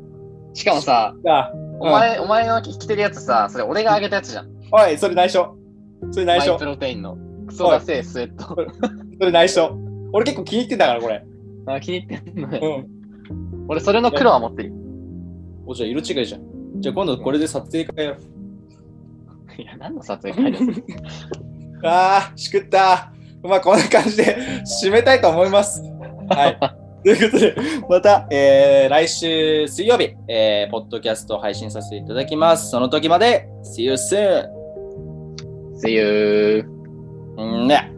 B: しかもさ、
A: あ、
B: お前、お前の着てるやつさ、それ俺があげたやつじゃん。
A: おい、それ内緒。それ
B: マ
A: 内
B: イ
A: 緒
B: プ。ロテインの。クソだせえ、スウェット。
A: それ内緒。俺結構気に入ってんだから、これ。
B: あ、気に入ってんの
A: う
B: ね。
A: ん。
B: 俺、それの黒は持ってる。
A: おじゃあ色違いじゃん。じゃあ今度これで撮影会やろう。
B: いや、何の撮影会だよ
A: ああ、しくった。まあこんな感じで 締めたいと思います。 はい。ということで、また、えー来週水曜日、えーポッドキャストを配信させていただきます。その時まで、See you soon!
B: See you.
A: うんね。